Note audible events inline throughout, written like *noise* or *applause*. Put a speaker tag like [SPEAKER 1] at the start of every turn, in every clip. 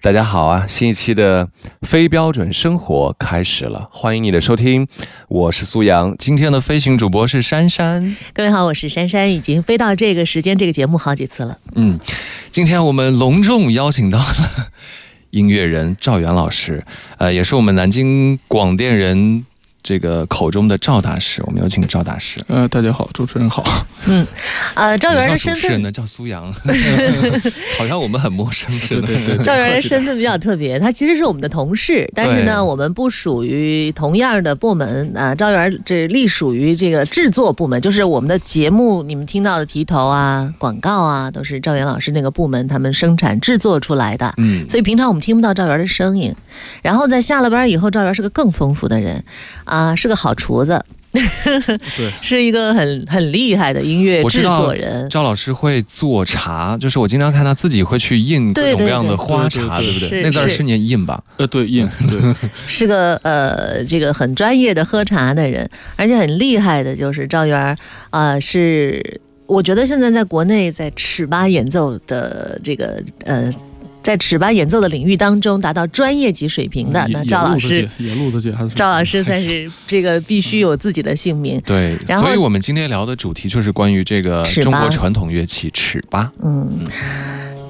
[SPEAKER 1] 大家好啊！新一期的《非标准生活》开始了，欢迎你的收听，我是苏阳。今天的飞行主播是珊珊。
[SPEAKER 2] 各位好，我是珊珊，已经飞到这个时间这个节目好几次了。
[SPEAKER 1] 嗯，今天我们隆重邀请到了音乐人赵源老师，呃，也是我们南京广电人这个口中的赵大师。我们有请赵大师。
[SPEAKER 3] 呃，大家好，主持
[SPEAKER 1] *laughs*
[SPEAKER 3] 人好。
[SPEAKER 2] 嗯，呃，赵源
[SPEAKER 1] 怎么叫
[SPEAKER 2] 的身
[SPEAKER 1] 主持人
[SPEAKER 2] 份，
[SPEAKER 1] 呢叫苏
[SPEAKER 2] *laughs*
[SPEAKER 1] 阳，好像我们很陌生似
[SPEAKER 3] 对
[SPEAKER 1] 的。
[SPEAKER 3] 对对，对
[SPEAKER 2] 赵源
[SPEAKER 3] 客
[SPEAKER 2] 的
[SPEAKER 3] 气的
[SPEAKER 2] 身份比较特别，他其实是我们的同事，但是
[SPEAKER 1] 对
[SPEAKER 2] 呢，我们不属于同样的部门啊。赵源这隶属于这个制作部门，就是我们的节目，你们听到的题头啊、广告啊，都是赵源老师那个部门他们生产制作出来的。
[SPEAKER 1] 嗯，
[SPEAKER 2] 所以平常我们听不到赵源的声音。然后在下了班以后，赵源是个更丰富的人，啊、是个好厨子，
[SPEAKER 3] 对，
[SPEAKER 2] *laughs* 是一个很很厉害的音乐
[SPEAKER 1] 我
[SPEAKER 2] 制
[SPEAKER 1] 知道
[SPEAKER 2] 作人。
[SPEAKER 1] 赵老师会做茶，就是我经常看他自己会去印各
[SPEAKER 2] 对
[SPEAKER 1] 种各
[SPEAKER 2] 对
[SPEAKER 1] 样的
[SPEAKER 2] 对
[SPEAKER 1] 花茶，对
[SPEAKER 3] 对对
[SPEAKER 1] 不
[SPEAKER 2] 对
[SPEAKER 1] 对？那字儿
[SPEAKER 2] 是
[SPEAKER 1] 是念印吧？
[SPEAKER 3] 呃，对，印
[SPEAKER 1] *laughs*
[SPEAKER 3] 对，
[SPEAKER 2] 是个呃，这个很专业的喝茶的人，而且很厉害的，就是赵源儿啊、呃是我觉得现在在国内在尺八演奏的这个呃，在尺八演奏的领域当中达到专业级水平的，
[SPEAKER 3] 嗯
[SPEAKER 2] 那赵老师，，
[SPEAKER 3] 野野路子姐野路子姐还是嗯
[SPEAKER 2] 赵老师才是这个必须有自己的姓名，
[SPEAKER 1] 对，
[SPEAKER 2] 然后
[SPEAKER 1] 所以我们今天聊的主题就是关于这个
[SPEAKER 2] 尺八
[SPEAKER 1] 中国传统乐器尺八。
[SPEAKER 2] 嗯。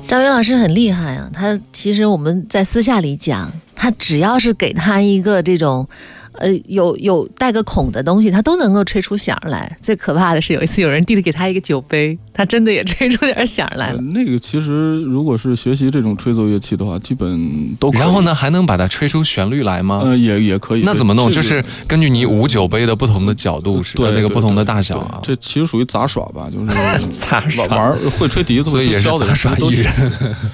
[SPEAKER 2] 赵源老师很厉害啊，他其实我们在私下里讲，他只要是给他一个这种，呃，有有带个孔的东西，他都能够吹出响儿来。最可怕的是有一次有人递给他一个酒杯，他真的也吹出点儿响儿来
[SPEAKER 3] 呃
[SPEAKER 2] 了。
[SPEAKER 3] 那个其实如果是学习这种吹奏乐器的话，基本都可以
[SPEAKER 1] 然后？呢，还能把它吹出旋律来吗？
[SPEAKER 3] 呃，也也可以。
[SPEAKER 1] 那
[SPEAKER 3] 对
[SPEAKER 1] 怎么弄？
[SPEAKER 3] 这
[SPEAKER 1] 就
[SPEAKER 3] 个
[SPEAKER 1] 是根据你五酒杯的不同的角度，是
[SPEAKER 3] 对
[SPEAKER 1] 那个
[SPEAKER 3] 对
[SPEAKER 1] 不同的
[SPEAKER 3] 对
[SPEAKER 1] 大小
[SPEAKER 3] 对
[SPEAKER 1] 啊。
[SPEAKER 3] 这其实属于杂耍吧，就是
[SPEAKER 1] *laughs* 咋
[SPEAKER 3] 玩玩儿会吹笛子、
[SPEAKER 1] 所
[SPEAKER 3] 会
[SPEAKER 1] 以也
[SPEAKER 3] 吹
[SPEAKER 1] 是
[SPEAKER 3] 箫的
[SPEAKER 1] 杂
[SPEAKER 3] 人什
[SPEAKER 1] 耍
[SPEAKER 3] 么都
[SPEAKER 1] 艺
[SPEAKER 3] 行
[SPEAKER 1] 人。。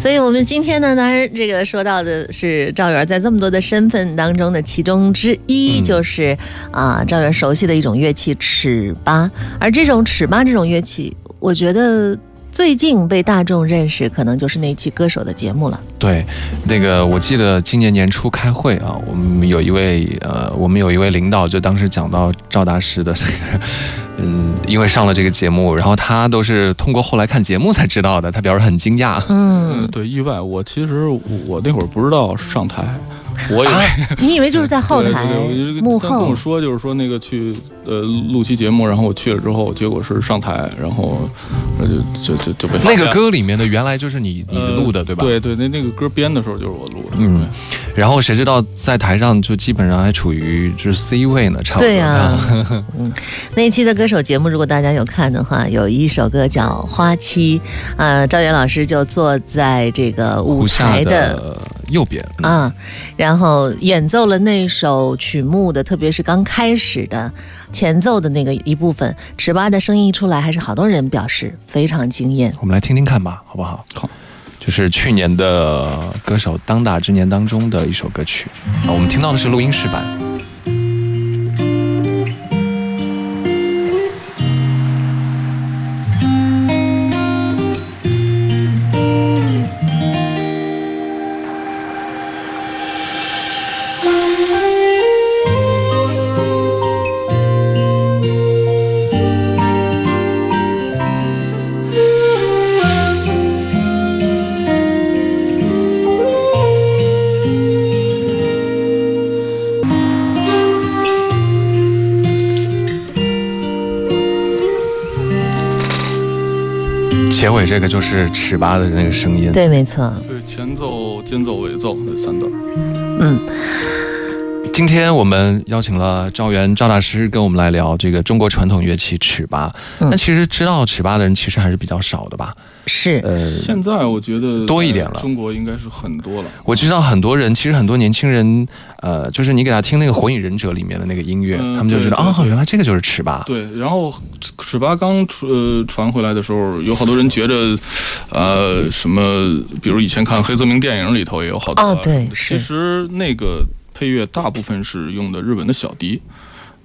[SPEAKER 2] 所以我们今天呢，当然这个说到的是赵源在这么多的身份当中的其中之一，
[SPEAKER 1] 嗯
[SPEAKER 2] 就是啊、赵源熟悉的一种乐器尺八，而这种尺八这种乐器，我觉得。最近被大众认识，可能就是那一期歌手的节目了。
[SPEAKER 1] 对，那个我记得今年年初开会啊，我们有一位呃，我们有一位领导就当时讲到赵大师的这 *laughs* 个，嗯，因为上了这个节目，然后他都是通过后来看节目才知道的，他表示很惊
[SPEAKER 2] *laughs*
[SPEAKER 1] 讶。
[SPEAKER 3] 嗯，
[SPEAKER 2] 嗯，
[SPEAKER 3] 对，意外。我其实我我那会儿不知道上台，我
[SPEAKER 1] 啊
[SPEAKER 3] 也
[SPEAKER 2] 你以为就是在后台
[SPEAKER 3] *laughs* 对对对我就
[SPEAKER 2] 幕
[SPEAKER 3] 他跟
[SPEAKER 2] 后
[SPEAKER 3] 我？说，就是说那个去呃录期节目，然后我去了之后，结果是上台，然后呃就就就就被发
[SPEAKER 1] 那
[SPEAKER 3] 现
[SPEAKER 1] 个
[SPEAKER 3] 了
[SPEAKER 1] 歌里面的原来就是你你
[SPEAKER 3] 呃
[SPEAKER 1] 录的对吧？。
[SPEAKER 3] 对对，那那个歌编的时候就是我录的，
[SPEAKER 1] 嗯，然后谁知道在台上就基本上还处于就是 C 位呢，差不多。
[SPEAKER 2] 对呀、 *laughs* 嗯，那一期的歌手节目，如果大家有看的话，有一首歌叫《花期》，呃，赵源老师就坐在这个舞
[SPEAKER 1] 胡夏
[SPEAKER 2] 台的。
[SPEAKER 1] 的右边，嗯
[SPEAKER 2] 啊，然后演奏了那首曲目的，特别是刚开始的前奏的那个一部分，尺八的声音一出来，还是好多人表示非常惊艳。
[SPEAKER 1] 我们来听听看吧，好不好？
[SPEAKER 3] 好，
[SPEAKER 1] 就是去年的歌手当打之年当中的一首歌曲啊，我们听到的是录音室版。结尾这个就是尺八的那个声音，
[SPEAKER 2] 对，没错，
[SPEAKER 3] 对前奏、间奏、尾奏那三段儿。
[SPEAKER 2] 嗯，
[SPEAKER 1] 今天我们邀请了赵源赵大师跟我们来聊这个中国传统乐器尺八。
[SPEAKER 2] 嗯
[SPEAKER 1] 那、其实知道尺八的人其实还是比较少的吧？
[SPEAKER 2] 是，
[SPEAKER 1] 呃，
[SPEAKER 3] 现在我觉得
[SPEAKER 1] 多一
[SPEAKER 3] 在
[SPEAKER 1] 点了
[SPEAKER 3] 中国应该是很多了。
[SPEAKER 1] 我知道很多人，其实很多年轻人，呃，就是你给他听那个《火影忍者》里面的那个音乐，
[SPEAKER 3] 嗯
[SPEAKER 1] 他们就
[SPEAKER 3] 对
[SPEAKER 1] 觉得
[SPEAKER 3] 对
[SPEAKER 1] 啊、
[SPEAKER 3] 对
[SPEAKER 1] 原来这个就是尺八。
[SPEAKER 3] 对，然后尺八刚传呃传回来的时候，有好多人觉着，呃，什么，比如以前看黑泽明电影里头也有好
[SPEAKER 1] 呃
[SPEAKER 3] 多啊、
[SPEAKER 2] 哦对
[SPEAKER 3] 其
[SPEAKER 2] 是
[SPEAKER 3] 实那个配乐大部分是用的日本的小笛，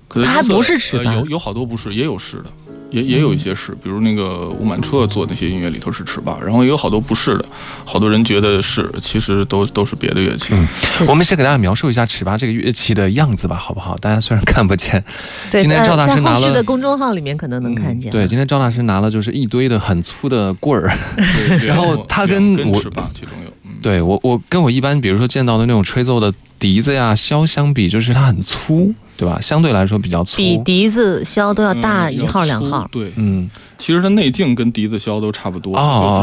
[SPEAKER 3] 可能
[SPEAKER 2] 它
[SPEAKER 3] 音色
[SPEAKER 2] 不是嗯尺
[SPEAKER 3] 呃
[SPEAKER 2] 八
[SPEAKER 3] 有有好多不是，也有是的，也也有一些是，比如那个吴满彻做那些音乐里头是尺八，然后也有好多不是的，好多人觉得是，其实都都是别的乐器。
[SPEAKER 1] 嗯
[SPEAKER 2] 对
[SPEAKER 1] 我们先给大家描述一下尺八这个乐器的样子吧，好不好？大家虽然看不见，
[SPEAKER 2] 对，
[SPEAKER 1] 今天
[SPEAKER 2] 在
[SPEAKER 1] 赵大师
[SPEAKER 2] 在
[SPEAKER 1] 拿
[SPEAKER 2] 后续
[SPEAKER 1] 了嗯
[SPEAKER 2] 的公众号里面可能能看见、嗯
[SPEAKER 1] 对，，今天赵大师拿了就是一堆的很粗的棍儿，
[SPEAKER 3] 对对
[SPEAKER 1] *laughs* 然后它跟
[SPEAKER 3] 跟
[SPEAKER 1] 我
[SPEAKER 3] 尺八其中有，嗯，
[SPEAKER 1] *laughs* 对我我跟我一般比如说见到的那种吹奏的笛子呀、箫相比，就是它很粗，对吧？相对来说比较粗。
[SPEAKER 2] 比笛子、箫都要大
[SPEAKER 3] 嗯
[SPEAKER 2] 一号两
[SPEAKER 3] 粗
[SPEAKER 2] 号。
[SPEAKER 3] 对，
[SPEAKER 1] 嗯，
[SPEAKER 3] 其实它内径跟笛子箫都差不多。
[SPEAKER 1] 哦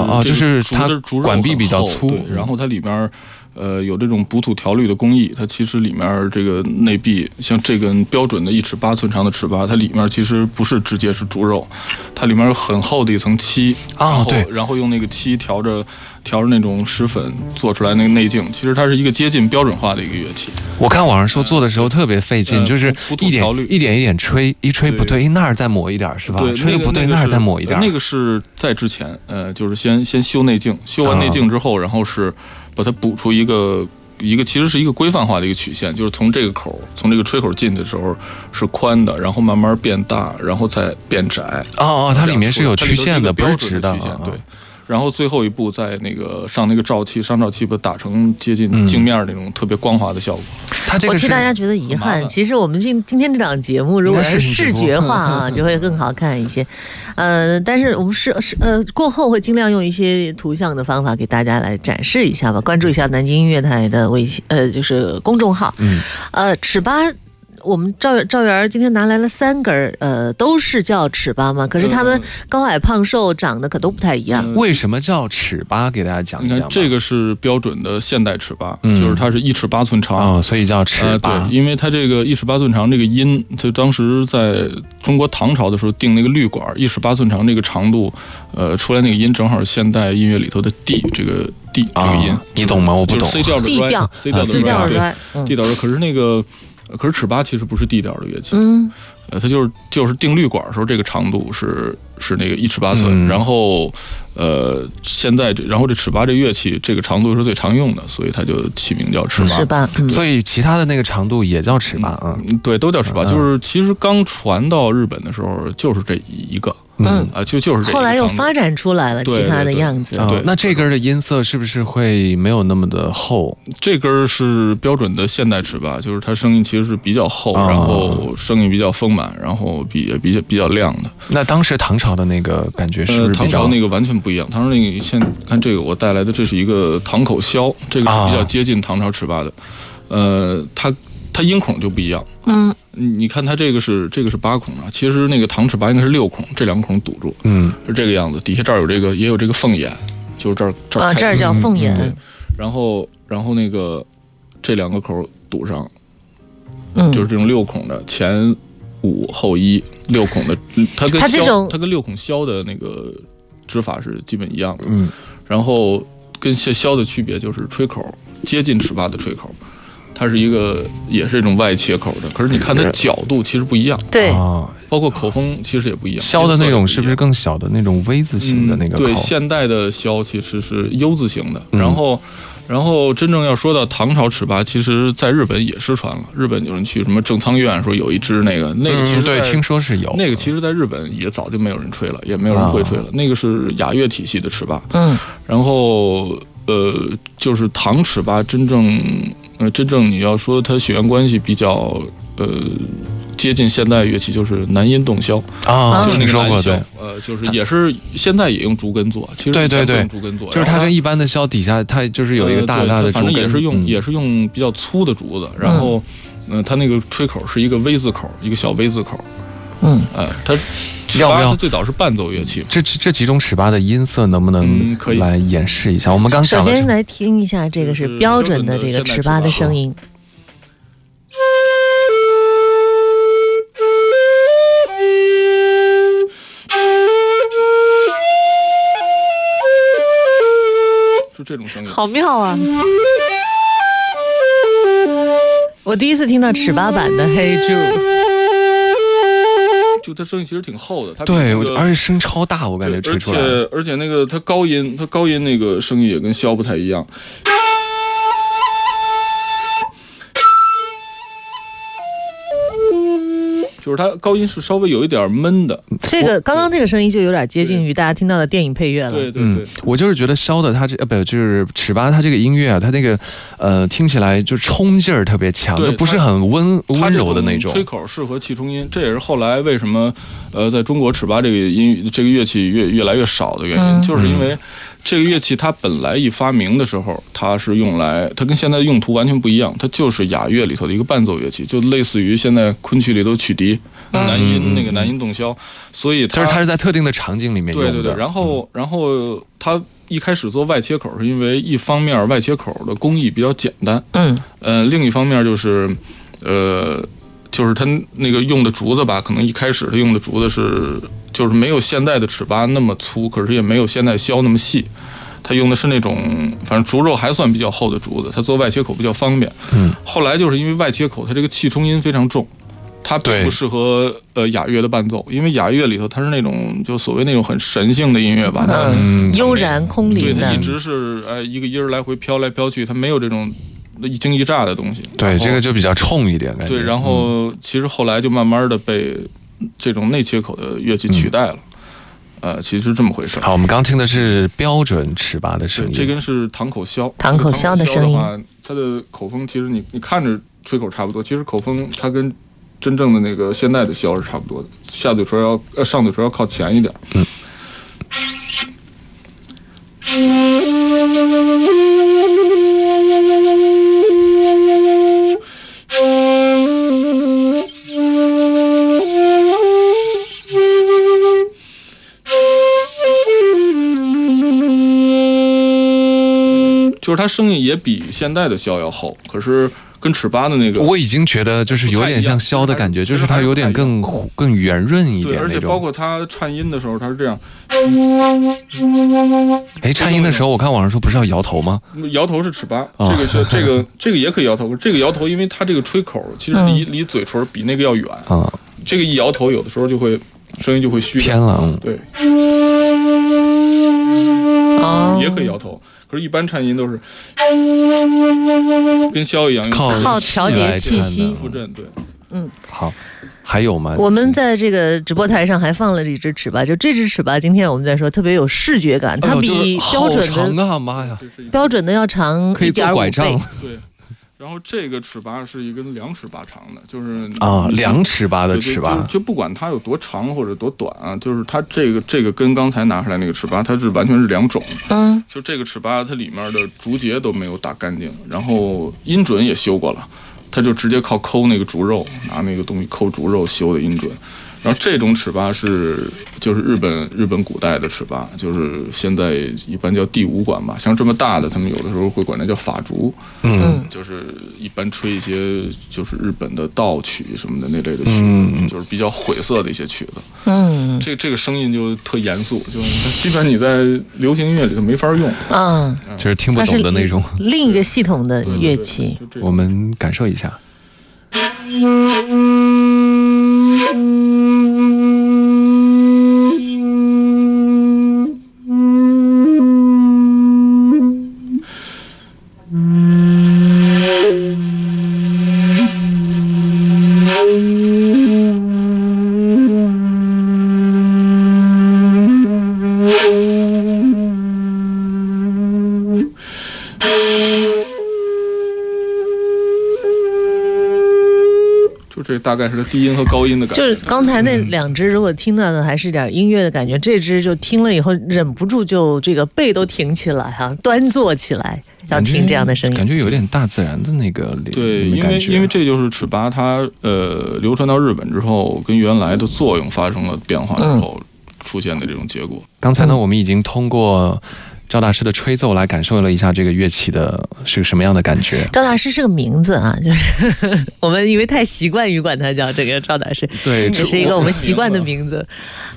[SPEAKER 1] 哦哦
[SPEAKER 3] 就
[SPEAKER 1] 就是
[SPEAKER 3] 这
[SPEAKER 1] 它
[SPEAKER 3] 个竹的竹肉
[SPEAKER 1] 管壁
[SPEAKER 3] 很
[SPEAKER 1] 比较
[SPEAKER 3] 厚
[SPEAKER 1] 粗
[SPEAKER 3] 对
[SPEAKER 1] 嗯
[SPEAKER 3] 然后它里面儿呃有这种补土调绿的工艺，它其实里面儿这个内壁像这根标准的一尺八寸长的尺八，它里面儿其实不是直接是竹肉，它里面儿有很厚的一层漆。然
[SPEAKER 1] 哦
[SPEAKER 3] 后
[SPEAKER 1] 对，
[SPEAKER 3] 然后用那个漆调着调着那种石粉做出来那个内径，其实它是一个接近标准化的一个乐器。
[SPEAKER 1] 我看网上说做的时候特别费劲，
[SPEAKER 3] 呃
[SPEAKER 1] 就是
[SPEAKER 3] 不不吐
[SPEAKER 1] 一点
[SPEAKER 3] 槽率
[SPEAKER 1] 一点一点吹，一吹不对，那儿再抹一点儿是吧
[SPEAKER 3] 对，？
[SPEAKER 1] 吹的
[SPEAKER 3] 那个
[SPEAKER 1] 不对，
[SPEAKER 3] 那个
[SPEAKER 1] 那儿
[SPEAKER 3] 是
[SPEAKER 1] 再抹一点儿。
[SPEAKER 3] 那个是在之前，呃，就是先先修内径，修
[SPEAKER 1] 啊
[SPEAKER 3] 完内径之后，然后是把它补出一个一个，其实是一个规范化的一个曲线，就是从这个口儿，从这个吹口进的时候是宽的，然后慢慢变大，然后再变窄。
[SPEAKER 1] 哦哦，它里面是有
[SPEAKER 3] 这
[SPEAKER 1] 曲
[SPEAKER 3] 样出来
[SPEAKER 1] 线的，
[SPEAKER 3] 它
[SPEAKER 1] 不
[SPEAKER 3] 里
[SPEAKER 1] 是
[SPEAKER 3] 头是
[SPEAKER 1] 直
[SPEAKER 3] 一个
[SPEAKER 1] 的。
[SPEAKER 3] 曲线
[SPEAKER 1] 啊
[SPEAKER 3] 对。然后最后一步在那个上那个照漆，上照漆把它打成接
[SPEAKER 1] 嗯
[SPEAKER 3] 近镜面儿那种特别光滑的效果。
[SPEAKER 1] 它这
[SPEAKER 2] 我
[SPEAKER 1] 个
[SPEAKER 2] 替
[SPEAKER 1] 是
[SPEAKER 2] 大家觉得遗
[SPEAKER 3] 麻
[SPEAKER 2] 憾，
[SPEAKER 3] 烦
[SPEAKER 2] 其实我们今今天这档节目如果是视觉化啊，就会更好看一些。呃，但是我们是是呃过后会尽量用一些图像的方法给大家来展示一下吧。关注一下南京音乐台的微信呃就是公众号，
[SPEAKER 1] 嗯
[SPEAKER 2] 呃尺八。我们赵赵元儿今天拿来了三根儿，呃，都是叫尺八嘛，可是他们
[SPEAKER 3] 嗯
[SPEAKER 2] 高矮胖瘦长得可都不太一样。
[SPEAKER 1] 为什么叫尺八？给大家讲一
[SPEAKER 3] 你
[SPEAKER 1] 讲吧。
[SPEAKER 3] 看呃这个是标准的现代尺八，
[SPEAKER 1] 嗯
[SPEAKER 3] 就是它是一尺八寸长。
[SPEAKER 1] 哦，所以叫尺
[SPEAKER 3] 呃，
[SPEAKER 1] 八
[SPEAKER 3] 对，。因为它这个一尺八寸长这个音，就当时在中国唐朝的时候定那个律管，一尺八寸长这个长度，呃，出来那个音正好是现代音乐里头的 D 这个 D 这个音，
[SPEAKER 1] 啊你懂吗我不懂
[SPEAKER 3] 就是 C 调的
[SPEAKER 2] D 调
[SPEAKER 3] r，C 调的
[SPEAKER 2] C 调
[SPEAKER 3] r
[SPEAKER 2] 是
[SPEAKER 3] 对
[SPEAKER 2] 吧？嗯
[SPEAKER 3] D 调的，可是那个。呃可是尺八其实不是 D 调的乐器，
[SPEAKER 2] 嗯，
[SPEAKER 3] 呃，它就是就是定律管的时候，这个长度是是那个一尺八
[SPEAKER 1] 嗯
[SPEAKER 3] 寸，然后，呃，现在这然后这尺八这乐器这个长度是最常用的，所以它就起名叫尺八。
[SPEAKER 2] 是吧？嗯，
[SPEAKER 1] 所以其他的那个长度也叫尺八啊。
[SPEAKER 3] 嗯，对，都叫尺八。
[SPEAKER 1] 嗯
[SPEAKER 3] 就是其实刚传到日本的时候，就是这一个
[SPEAKER 2] 嗯
[SPEAKER 3] 啊，就就是这一个长度。
[SPEAKER 2] 后来又发展出来了
[SPEAKER 3] 对
[SPEAKER 2] 其他的
[SPEAKER 3] 对对
[SPEAKER 2] 样子。
[SPEAKER 1] 啊
[SPEAKER 3] 对
[SPEAKER 1] 那这根儿的音色是不是会没有那么的厚？
[SPEAKER 3] 这根儿是标准的现代尺八，就是它声音其实是比较厚，
[SPEAKER 1] 啊
[SPEAKER 3] 然后声音比较丰满，然后比也比较比较亮的。
[SPEAKER 1] 那当时唐朝的那个感觉是不
[SPEAKER 3] 呃，
[SPEAKER 1] 是
[SPEAKER 3] 唐
[SPEAKER 1] 比
[SPEAKER 3] 朝
[SPEAKER 1] 较？
[SPEAKER 3] 那个完全不一样。唐朝那个现看这个我带来的，这是一个堂口箫，这个是比较
[SPEAKER 1] 啊
[SPEAKER 3] 接近唐朝尺八的。呃，它它音孔就不一样。
[SPEAKER 2] 嗯，
[SPEAKER 3] 你你看它这个是这个是八孔啊，其实那个唐尺八应该是六孔，这两孔堵住。
[SPEAKER 1] 嗯，
[SPEAKER 3] 是这个样子，底下这儿有这个也有这个凤眼，就是这儿这儿
[SPEAKER 1] 哦
[SPEAKER 2] 啊，
[SPEAKER 3] 开
[SPEAKER 2] 这儿叫凤眼，
[SPEAKER 3] 嗯然后然后那个这两个口堵上，
[SPEAKER 2] 嗯，
[SPEAKER 3] 就是这种六孔的前五后一六孔的，嗯它跟
[SPEAKER 2] 它这
[SPEAKER 3] 削
[SPEAKER 2] 种
[SPEAKER 3] 它跟六孔削的那个指法是基本一样的，
[SPEAKER 1] 嗯，
[SPEAKER 3] 然后跟削削的区别就是吹口接近尺八的吹口。它是一个，也是一种外切口的，可是你看它角度其实不一样，
[SPEAKER 2] 对，
[SPEAKER 1] 啊，
[SPEAKER 3] 包括口风其实也不一样。
[SPEAKER 1] 削的
[SPEAKER 3] 音色
[SPEAKER 1] 那
[SPEAKER 3] 也
[SPEAKER 1] 种
[SPEAKER 3] 一
[SPEAKER 1] 是不
[SPEAKER 3] 样
[SPEAKER 1] 是更小的那种 V 字形的那个
[SPEAKER 3] 嗯、
[SPEAKER 1] 口？
[SPEAKER 3] 对，现代的箫其实是 U 字形的，
[SPEAKER 1] 嗯
[SPEAKER 3] 然后。然后真正要说到唐朝尺八，其实在日本也失传了。日本有人去什么正仓院说有一支那个，那个其实
[SPEAKER 1] 嗯、对，
[SPEAKER 3] 在
[SPEAKER 1] 听说是有
[SPEAKER 3] 那个其实在日本也早就没有人吹了，也没有人会吹
[SPEAKER 1] 啊
[SPEAKER 3] 了。那个是雅乐体系的尺八，
[SPEAKER 2] 嗯，
[SPEAKER 3] 然后呃，就是唐尺八真正呃真正你要说它血缘关系比较呃接近现代乐器，就是南音洞箫。
[SPEAKER 1] 啊，
[SPEAKER 3] 就
[SPEAKER 1] 听
[SPEAKER 3] 那个
[SPEAKER 1] 说
[SPEAKER 3] 蓝
[SPEAKER 1] 过
[SPEAKER 3] 箫
[SPEAKER 1] 对。，
[SPEAKER 3] 呃，就是也是现在也用竹根做，其实
[SPEAKER 1] 对对
[SPEAKER 3] 以前不
[SPEAKER 1] 对
[SPEAKER 3] 用竹根做，
[SPEAKER 1] 就是
[SPEAKER 3] 然
[SPEAKER 1] 它
[SPEAKER 3] 后
[SPEAKER 1] 跟一般的箫底下，它就是有一个
[SPEAKER 3] 呃
[SPEAKER 1] 大
[SPEAKER 3] 对
[SPEAKER 1] 大的
[SPEAKER 3] 它
[SPEAKER 1] 竹
[SPEAKER 3] 反正
[SPEAKER 1] 根，
[SPEAKER 3] 也是用
[SPEAKER 1] 嗯
[SPEAKER 3] 也是用比较粗的竹子，然后，嗯，它那个吹口是一个 V 字口，一个小 V 字口，
[SPEAKER 2] 嗯，
[SPEAKER 3] 呃，它
[SPEAKER 1] 要不要
[SPEAKER 3] 尺八它最早是伴奏乐器嘛，
[SPEAKER 1] 这这这几种尺八的音色能不能
[SPEAKER 3] 嗯可以
[SPEAKER 1] 来演示一下？我们刚
[SPEAKER 2] 首
[SPEAKER 1] 讲的
[SPEAKER 2] 先
[SPEAKER 1] 是
[SPEAKER 2] 来听一下，这个是
[SPEAKER 3] 就是
[SPEAKER 2] 标准的这
[SPEAKER 3] 标
[SPEAKER 2] 个
[SPEAKER 3] 准
[SPEAKER 2] 尺
[SPEAKER 3] 的
[SPEAKER 2] 八的声音。
[SPEAKER 3] 就这种声音。
[SPEAKER 2] 好妙啊！我第一次听到尺八版的《Hey Jude》，
[SPEAKER 3] 就它声音其实挺厚的，它比
[SPEAKER 1] 对，
[SPEAKER 3] 那
[SPEAKER 1] 我
[SPEAKER 3] 个
[SPEAKER 1] 而且声超大，我感觉
[SPEAKER 3] 对
[SPEAKER 1] 吹出来。
[SPEAKER 3] 而且而且那个它高音，它高音那个声音也跟箫不太一样。就是它高音是稍微有一点闷的。
[SPEAKER 2] 嗯这个刚刚这个声音就有点接近于大家听到的电影配乐了。
[SPEAKER 3] 对对
[SPEAKER 1] 嗯
[SPEAKER 3] 对，，
[SPEAKER 1] 我就是觉得烧的他这呃不就是尺八他这个音乐啊，他那个呃听起来就冲劲儿特别强，
[SPEAKER 3] 对
[SPEAKER 1] 就不是很温
[SPEAKER 3] 它
[SPEAKER 1] 温
[SPEAKER 3] 这
[SPEAKER 1] 柔的那种
[SPEAKER 3] 吹。口适合气冲音，这也是后来为什么呃在中国尺八这个音这个乐器越越来越少的原因，
[SPEAKER 2] 嗯
[SPEAKER 3] 就是因为这个乐器它本来一发明的时候，它是用来它跟现在用途完全不一样，它就是雅乐里头的一个伴奏乐器，就类似于现在昆曲里头曲笛、南音那个南音洞箫，所以
[SPEAKER 1] 嗯但是它是在特定的场景里面用
[SPEAKER 3] 对
[SPEAKER 1] 的。嗯
[SPEAKER 3] 对对，然后然后它一开始做外切口，是因为一方面外切口的工艺比较简单，
[SPEAKER 2] 嗯
[SPEAKER 3] 呃，另一方面就是，呃，就是它那个用的竹子吧，可能一开始它用的竹子是，就是没有现在的尺八那么粗，可是也没有现在削那么细。它用的是那种，反正竹肉还算比较厚的竹子，它做外切口比较方便。
[SPEAKER 1] 嗯，
[SPEAKER 3] 后来就是因为外切口它这个气冲音非常重，它并
[SPEAKER 1] 对
[SPEAKER 3] 不适合呃雅乐的伴奏，因为雅乐里头它是那种就所谓那种很神性的音乐吧，它
[SPEAKER 2] 嗯，悠然空
[SPEAKER 3] 对
[SPEAKER 2] 灵
[SPEAKER 3] 它
[SPEAKER 2] 的
[SPEAKER 3] 一，直是呃一个音儿来回飘来飘去，它没有这种一惊一乍的东西。
[SPEAKER 1] 对
[SPEAKER 3] 然后
[SPEAKER 1] 这个就比较冲一点感觉。
[SPEAKER 3] 对，然
[SPEAKER 2] 嗯
[SPEAKER 3] 后其实后来就慢慢的被这种内切口的乐器
[SPEAKER 2] 嗯
[SPEAKER 3] 取代了，呃，其实是这么回事儿。
[SPEAKER 1] 好，我们刚听的是标准尺八的声
[SPEAKER 3] 对，
[SPEAKER 1] 音。
[SPEAKER 3] 这根是堂口箫，
[SPEAKER 2] 堂口箫的
[SPEAKER 3] 的
[SPEAKER 2] 声音
[SPEAKER 3] 话，它的口风其实你你看着吹口差不多，其实口风它跟真正的那个现代的箫是差不多的，下嘴唇要呃上嘴唇要靠前一点。就是它声音也比现代的箫要厚，可是跟尺八的那个
[SPEAKER 1] 我已经觉得就是有点像箫的感觉，
[SPEAKER 3] 不太一样
[SPEAKER 1] 就是它有点更更圆润一
[SPEAKER 3] 对，
[SPEAKER 1] 点
[SPEAKER 3] 而且
[SPEAKER 1] 那
[SPEAKER 3] 包
[SPEAKER 1] 种。
[SPEAKER 3] 括它颤音的时候，它是这样
[SPEAKER 1] 哎，颤音的时候，我看网上说不是要摇头吗？
[SPEAKER 3] 嗯摇头是尺八，
[SPEAKER 1] 哦
[SPEAKER 3] 这个是这个这个也可以摇头，这个摇头因为它这个吹口其实离、
[SPEAKER 1] 嗯
[SPEAKER 3] 离嘴唇比那个要远，
[SPEAKER 1] 啊，
[SPEAKER 3] 这个一摇头有的时候就会声音就会虚
[SPEAKER 1] 偏
[SPEAKER 3] 掉，
[SPEAKER 1] 了，嗯，
[SPEAKER 3] 对，
[SPEAKER 2] 哦
[SPEAKER 3] 也可以摇头，可是一般颤音都是跟箫一样用
[SPEAKER 1] 靠
[SPEAKER 2] 靠
[SPEAKER 1] 气
[SPEAKER 2] 调节
[SPEAKER 1] 来
[SPEAKER 2] 气
[SPEAKER 1] 看
[SPEAKER 2] 息
[SPEAKER 1] 的
[SPEAKER 3] 附振，对，
[SPEAKER 1] 好，还有吗？
[SPEAKER 2] 我们在这个直播台上还放了一只尺八，就这只尺八，今天我们在说特别有视觉感，
[SPEAKER 1] 哎
[SPEAKER 2] 它
[SPEAKER 1] 呦
[SPEAKER 2] 比
[SPEAKER 1] 就是
[SPEAKER 2] 标
[SPEAKER 1] 好
[SPEAKER 2] 准
[SPEAKER 1] 长
[SPEAKER 2] 的
[SPEAKER 1] 啊，妈呀，
[SPEAKER 3] 这是一个
[SPEAKER 2] 标准的要长
[SPEAKER 1] 可
[SPEAKER 2] 一
[SPEAKER 1] 以做
[SPEAKER 2] 点五
[SPEAKER 1] 拐
[SPEAKER 2] 倍
[SPEAKER 1] 杖。
[SPEAKER 3] 对。然后这个尺八是一根两尺八长的，就是
[SPEAKER 1] 啊，
[SPEAKER 3] 你
[SPEAKER 1] 两尺八的尺
[SPEAKER 3] 对对
[SPEAKER 1] 八
[SPEAKER 3] 就，就不管它有多长或者多短啊，就是它这个这个跟刚才拿出来那个尺八，它是完全是两种。
[SPEAKER 2] 嗯，
[SPEAKER 3] 就这个尺八，它里面的竹节都没有打干净，然后音准也修过了，它就直接靠抠那个竹肉，拿那个东西抠竹肉修的音准。然后这种尺八是就是日本日本古代的尺八，就是现在一般叫第五管吧，像这么大的，他们有的时候会管它叫法竹，
[SPEAKER 1] 嗯
[SPEAKER 3] 就是一般吹一些就是日本的道曲什么的那类的曲，
[SPEAKER 1] 嗯
[SPEAKER 3] 就是比较晦涩的一些曲子。
[SPEAKER 2] 嗯
[SPEAKER 3] 这这个声音就特严肃，就是它基本你在流行音乐里头没法用。
[SPEAKER 2] 嗯，
[SPEAKER 1] 嗯，就是听不
[SPEAKER 2] 它是
[SPEAKER 1] 懂的那种。
[SPEAKER 2] 另一个系统的乐器。
[SPEAKER 3] 对，对对就这
[SPEAKER 1] 我
[SPEAKER 3] 种
[SPEAKER 1] 们感受一下，
[SPEAKER 3] 就这大概是它低音和高音的感
[SPEAKER 2] 就
[SPEAKER 3] 觉。
[SPEAKER 2] 是刚才那两只，如果听到的还是点音乐的感觉，这只就听了以后忍不住就这个背都挺起来哈、端坐起来，要
[SPEAKER 1] 感觉
[SPEAKER 2] 听这样的声音
[SPEAKER 1] 感。觉有点大自然的那个里
[SPEAKER 3] 对，
[SPEAKER 1] 那
[SPEAKER 3] 因为
[SPEAKER 1] 感觉
[SPEAKER 3] 因为这就是尺八，它呃流传到日本之后，跟原来的作用发生了变化之后出现的这种结果。
[SPEAKER 1] 刚才呢，
[SPEAKER 2] 嗯
[SPEAKER 1] 我们已经通过赵大师的吹奏来感受了一下这个乐器的是个什么样的感觉。
[SPEAKER 2] 赵大师是个名字啊，就是 *laughs* 我们因为太习惯于管他叫这个赵大师，
[SPEAKER 1] 对，
[SPEAKER 2] *laughs* 只
[SPEAKER 1] 这
[SPEAKER 2] 是一个我们习惯的名 *laughs* 字，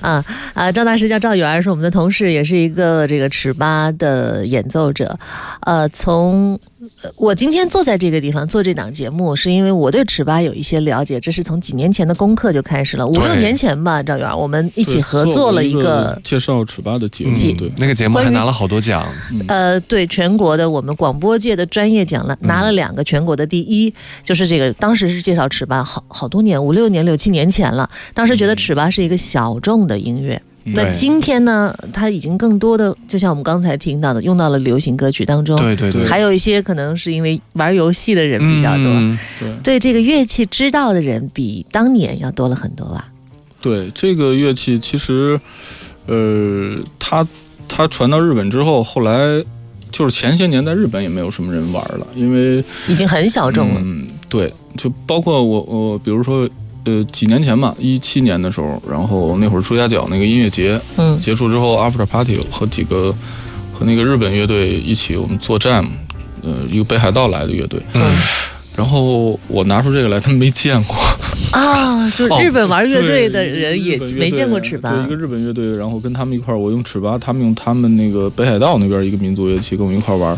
[SPEAKER 2] 啊啊！赵大师叫赵元儿，是我们的同事，也是一个这个尺八的演奏者。呃，从呃我今天坐在这个地方做这档节目，是因为我对尺八有一些了解，这是从几年前的功课就开始了，五六
[SPEAKER 1] 对
[SPEAKER 2] 年前吧，赵源，我们一起合作了一
[SPEAKER 3] 做
[SPEAKER 2] 个
[SPEAKER 3] 介绍尺八的节目，
[SPEAKER 2] 嗯
[SPEAKER 3] 对，
[SPEAKER 1] 那个节目还拿了好多奖，
[SPEAKER 2] 呃，对全国的我们广播界的专业奖了，拿了两个全国的第一，就是这个当时是介绍尺八，好好多年，五六年、六七年前了。当时觉得尺八是一个小众的音乐，那
[SPEAKER 1] 对
[SPEAKER 2] 今天呢，它已经更多的，就像我们刚才听到的，用到了流行歌曲当中，
[SPEAKER 1] 对对对，
[SPEAKER 2] 还有一些可能是因为玩游戏的人比较多，
[SPEAKER 1] 嗯
[SPEAKER 3] 对。
[SPEAKER 2] 对这个乐器知道的人比当年要多了很多吧？
[SPEAKER 3] 对这个乐器，其实，呃，它它传到日本之后，后来就是前些年在日本也没有什么人玩了，因为
[SPEAKER 2] 已经很小众了，
[SPEAKER 3] 嗯，对，就包括我我比如说。呃，几年前吧，一七年的时候，然后那会儿朱家角那个音乐节
[SPEAKER 2] 嗯
[SPEAKER 3] 结束之后，After Party 和几个和那个日本乐队一起，我们做 jam，呃，一个北海道来的乐队，
[SPEAKER 2] 嗯
[SPEAKER 3] 然后我拿出这个来，他们没见过，
[SPEAKER 2] 啊，就是
[SPEAKER 1] 哦
[SPEAKER 2] 日本玩乐队
[SPEAKER 3] 对
[SPEAKER 2] 的人也
[SPEAKER 3] 日本乐队
[SPEAKER 2] 没见过尺
[SPEAKER 3] 对
[SPEAKER 2] 八
[SPEAKER 3] 一个，日本乐队，然后跟他们一块儿，我用尺八，他们用他们那个北海道那边一个民族乐器跟我们一块儿玩儿，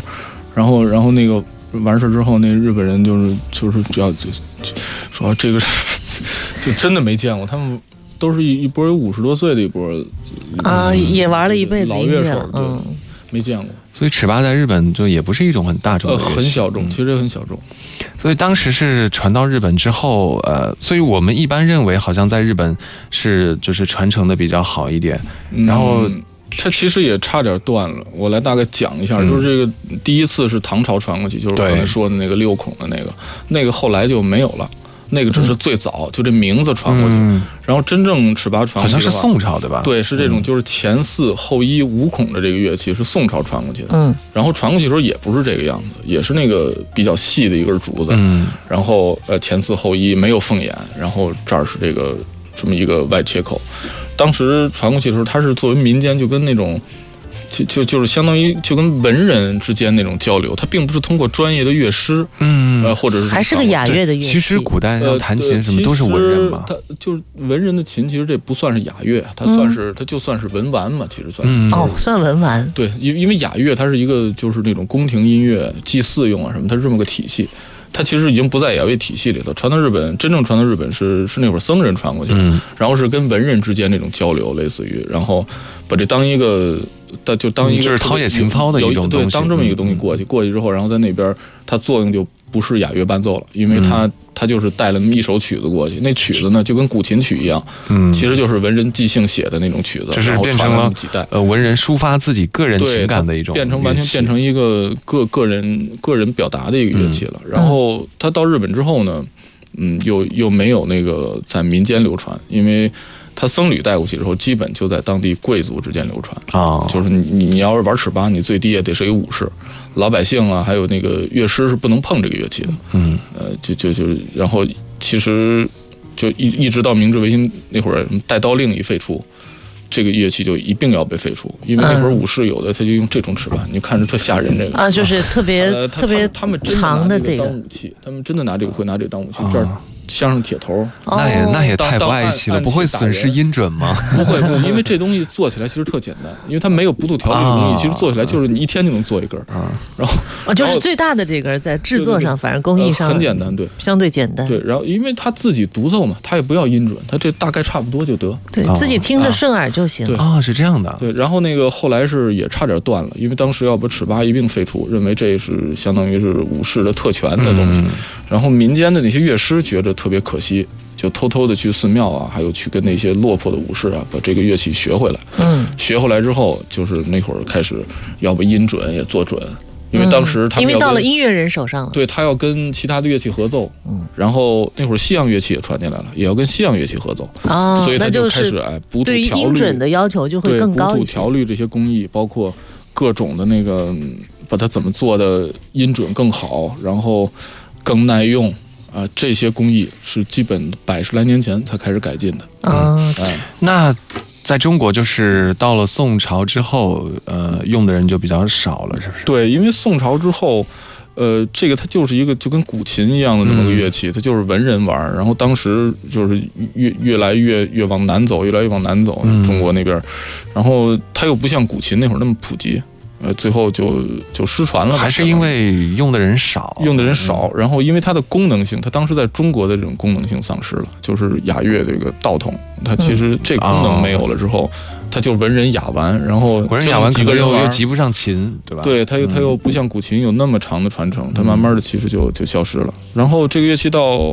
[SPEAKER 3] 然后然后那个完事儿之后，那日本人就是就是要就就说
[SPEAKER 2] *laughs*
[SPEAKER 3] 这个是
[SPEAKER 2] 啊
[SPEAKER 3] 就真的没见过，他们都是一一波五十多岁的一波
[SPEAKER 2] 啊，
[SPEAKER 3] 嗯
[SPEAKER 2] 也玩了一辈子
[SPEAKER 3] 老
[SPEAKER 2] 音
[SPEAKER 3] 乐
[SPEAKER 2] 乐
[SPEAKER 3] 手
[SPEAKER 2] 了，，
[SPEAKER 3] 对
[SPEAKER 2] 嗯。
[SPEAKER 3] 没见过，
[SPEAKER 1] 所以尺八在日本就也不是一种很大众
[SPEAKER 3] 呃，
[SPEAKER 1] 的乐器、
[SPEAKER 3] 很小众，
[SPEAKER 1] 嗯
[SPEAKER 3] 其实也很小众，
[SPEAKER 1] 所以当时是传到日本之后，呃，所以我们一般认为好像在日本是就是传承的比较好一点，然后
[SPEAKER 3] 嗯它其实也差点断了，我来大概讲一下，
[SPEAKER 1] 嗯
[SPEAKER 3] 就是这个第一次是唐朝传过去，就是我
[SPEAKER 1] 对
[SPEAKER 3] 刚才说的那个六孔的那个，那个后来就没有了，那个只是最早，就这名字传过去，
[SPEAKER 1] 嗯，
[SPEAKER 3] 然后真正尺八传
[SPEAKER 1] 好
[SPEAKER 3] 过去
[SPEAKER 1] 像是
[SPEAKER 3] 的话，
[SPEAKER 1] 宋朝对嗯吧？，
[SPEAKER 3] 对，是这种就是前四后一五孔的这个乐器是宋朝传过去的，
[SPEAKER 2] 嗯，
[SPEAKER 3] 然后传过去的时候也不是这个样子，也是那个比较细的一根竹子，
[SPEAKER 1] 嗯，
[SPEAKER 3] 然后呃前四后一没有凤眼，然后这儿是这个这么一个外切口。当时传过去的时候，它是作为民间就跟那种。就就就是相当于就跟文人之间那种交流，它并不是通过专业的乐师，
[SPEAKER 1] 嗯，
[SPEAKER 3] 呃，或者是
[SPEAKER 2] 还是个雅乐的乐器。
[SPEAKER 1] 其实古代要
[SPEAKER 3] 呃
[SPEAKER 1] 啊弹
[SPEAKER 3] 对
[SPEAKER 1] 琴什么都是文人嘛
[SPEAKER 3] 其，实它就是文人的琴，其实这不算是雅乐，它算是、它就算是文玩嘛，其实算是。
[SPEAKER 1] 嗯，
[SPEAKER 2] 哦，算文玩，
[SPEAKER 3] 对，因因为雅乐它是一个就是那种宫廷音乐、祭祀用啊什么，它是这么个体系。它其实已经不在雅乐体系里头，传到日本，真正传到日本是是那会儿僧人传过去的，
[SPEAKER 1] 嗯，
[SPEAKER 3] 然后是跟文人之间那种交流，类似于，然后把这当一个，它就当一个
[SPEAKER 1] 嗯就是陶冶情操的
[SPEAKER 3] 有
[SPEAKER 1] 一种
[SPEAKER 3] 对
[SPEAKER 1] 东，西
[SPEAKER 3] 当这么一个东西
[SPEAKER 1] 嗯
[SPEAKER 3] 过去，过去之后，然后在那边它作用就不是雅乐伴奏了，因为
[SPEAKER 1] 嗯
[SPEAKER 3] 它它就是带了那么一首曲子过去，那曲子呢就跟古琴曲一样，
[SPEAKER 1] 嗯，
[SPEAKER 3] 其实呃就是文人即兴写的那种曲子，
[SPEAKER 1] 就是
[SPEAKER 3] 然后
[SPEAKER 1] 变
[SPEAKER 3] 传
[SPEAKER 1] 成
[SPEAKER 3] 了
[SPEAKER 1] 了
[SPEAKER 3] 那么几代。
[SPEAKER 1] 呃文人抒发自己个人
[SPEAKER 3] 对
[SPEAKER 1] 情感的一种乐器，
[SPEAKER 3] 变成完全变成一个个个人个人表达的一个乐器
[SPEAKER 1] 嗯
[SPEAKER 3] 了。然后他到日本之后呢，嗯，又又没有那个在民间流传，因为他僧侣带过去之后，基本就在当地贵族之间流传。
[SPEAKER 1] 啊，
[SPEAKER 3] 就是你你你要是玩尺八，你最低也得是一武士，老百姓啊，还有那个乐师是不能碰这个乐器的。
[SPEAKER 1] 嗯，
[SPEAKER 3] 呃，就就就然后其实就一一直到明治维新那会儿，什么带刀令一废除，这个乐器就一定要被废除，因为那会儿
[SPEAKER 2] 嗯
[SPEAKER 3] 武士有的他就用这种尺八，你看着特吓人这个。
[SPEAKER 2] 啊，就是特别
[SPEAKER 3] 呃他
[SPEAKER 2] 特别
[SPEAKER 3] 他们他们真
[SPEAKER 2] 长
[SPEAKER 3] 的
[SPEAKER 2] 的
[SPEAKER 3] 拿这
[SPEAKER 2] 这
[SPEAKER 3] 个
[SPEAKER 2] 个
[SPEAKER 3] 当武器，他们真的拿这个会拿这个当武器
[SPEAKER 1] 啊，
[SPEAKER 3] 这儿镶上铁头，
[SPEAKER 1] *laughs*
[SPEAKER 2] 哦
[SPEAKER 1] 那也那也
[SPEAKER 3] 当
[SPEAKER 1] 太不
[SPEAKER 3] 当
[SPEAKER 1] 爱
[SPEAKER 3] 按
[SPEAKER 1] 惜了，
[SPEAKER 3] 按
[SPEAKER 1] 不会
[SPEAKER 3] 起打
[SPEAKER 1] 损失
[SPEAKER 3] 人
[SPEAKER 1] 音准
[SPEAKER 3] *laughs*
[SPEAKER 1] 吗？
[SPEAKER 3] 不会不会，因为这东西做起来其实特简单，因为它没有不度条这种东
[SPEAKER 1] 啊
[SPEAKER 3] 西，其实做起来就是你一天就能做一根儿，
[SPEAKER 1] 啊，
[SPEAKER 3] 然后
[SPEAKER 2] 啊，就
[SPEAKER 3] 然
[SPEAKER 2] 是
[SPEAKER 3] 后
[SPEAKER 2] 最大的这根在制作
[SPEAKER 3] 对对
[SPEAKER 2] 上，
[SPEAKER 3] 对
[SPEAKER 2] 反正工艺
[SPEAKER 3] 呃
[SPEAKER 2] 上嗯
[SPEAKER 3] 很简单，对
[SPEAKER 2] 相对简单，
[SPEAKER 3] 对，然后因为他自己独奏嘛，他也不要音准，他这大概差不多就得。
[SPEAKER 2] 对
[SPEAKER 1] 啊
[SPEAKER 2] 自己听着顺耳就
[SPEAKER 3] 对
[SPEAKER 2] 行。
[SPEAKER 1] 啊，是这样的，
[SPEAKER 3] 对，然后那个后来是也差点断了，因为当时要把尺八一并废除，认为这是相当于是武士的特权的东西。
[SPEAKER 1] 嗯，
[SPEAKER 3] 然后民间的那些乐师觉着特别可惜，就偷偷的去寺庙啊，还有去跟那些落魄的武士啊，把这个乐器学回来。
[SPEAKER 2] 嗯，
[SPEAKER 3] 学回来之后，就是那会儿开始要把音准也做准，因为当时
[SPEAKER 2] 嗯
[SPEAKER 3] 他们
[SPEAKER 2] 因为
[SPEAKER 3] 要
[SPEAKER 2] 到了
[SPEAKER 3] 跟
[SPEAKER 2] 音乐人手上了，
[SPEAKER 3] 对他要跟其他的乐器合奏，
[SPEAKER 2] 嗯，
[SPEAKER 3] 然后那会儿西洋乐器也传进来了，也要跟西洋乐器合奏，
[SPEAKER 2] 啊，
[SPEAKER 3] 所以
[SPEAKER 2] 那
[SPEAKER 3] 他
[SPEAKER 2] 就
[SPEAKER 3] 开始
[SPEAKER 2] 是
[SPEAKER 3] 哎补土
[SPEAKER 2] 对于
[SPEAKER 3] 调
[SPEAKER 2] 音
[SPEAKER 3] 律，
[SPEAKER 2] 准的要求就会
[SPEAKER 3] 对
[SPEAKER 2] 更高
[SPEAKER 3] 补
[SPEAKER 2] 一
[SPEAKER 3] 土
[SPEAKER 2] 些。
[SPEAKER 3] 调律这些工艺，包括各种的那个嗯把它怎么做的音准更好，然后更耐用啊、这些工艺是基本百十来年前才开始改进的，
[SPEAKER 2] 啊，
[SPEAKER 3] 哎，
[SPEAKER 1] 那在中国就是到了宋朝之后，呃，用的人就比较少了，是不是？
[SPEAKER 3] 对，因为宋朝之后，呃，这个它就是一个就跟古琴一样的那么个乐
[SPEAKER 1] 嗯
[SPEAKER 3] 器，它就是文人玩儿。然后当时就是越越来越越往南走，越来越往南走
[SPEAKER 1] 嗯，
[SPEAKER 3] 中国那边儿，然后它又不像古琴那会儿那么普及。呃，最后就就失传了吧。
[SPEAKER 1] 还是因为哦用的人少，
[SPEAKER 3] 用的人少，然后因为它的功能性，它当时在中国的这种功能性丧失了，就是雅乐这个道统，它其
[SPEAKER 1] 嗯
[SPEAKER 3] 实这功能没有了之后，它就文人雅玩，然后
[SPEAKER 1] 文人雅
[SPEAKER 3] 玩
[SPEAKER 1] 可
[SPEAKER 3] 几个
[SPEAKER 1] 能
[SPEAKER 3] 人
[SPEAKER 1] 又
[SPEAKER 3] 玩
[SPEAKER 1] 又及不上琴，对吧？
[SPEAKER 3] 对，它又它
[SPEAKER 1] 嗯
[SPEAKER 3] 又不像古琴有那么长的传承，它慢慢的其实就就消失了。然后这个乐器到，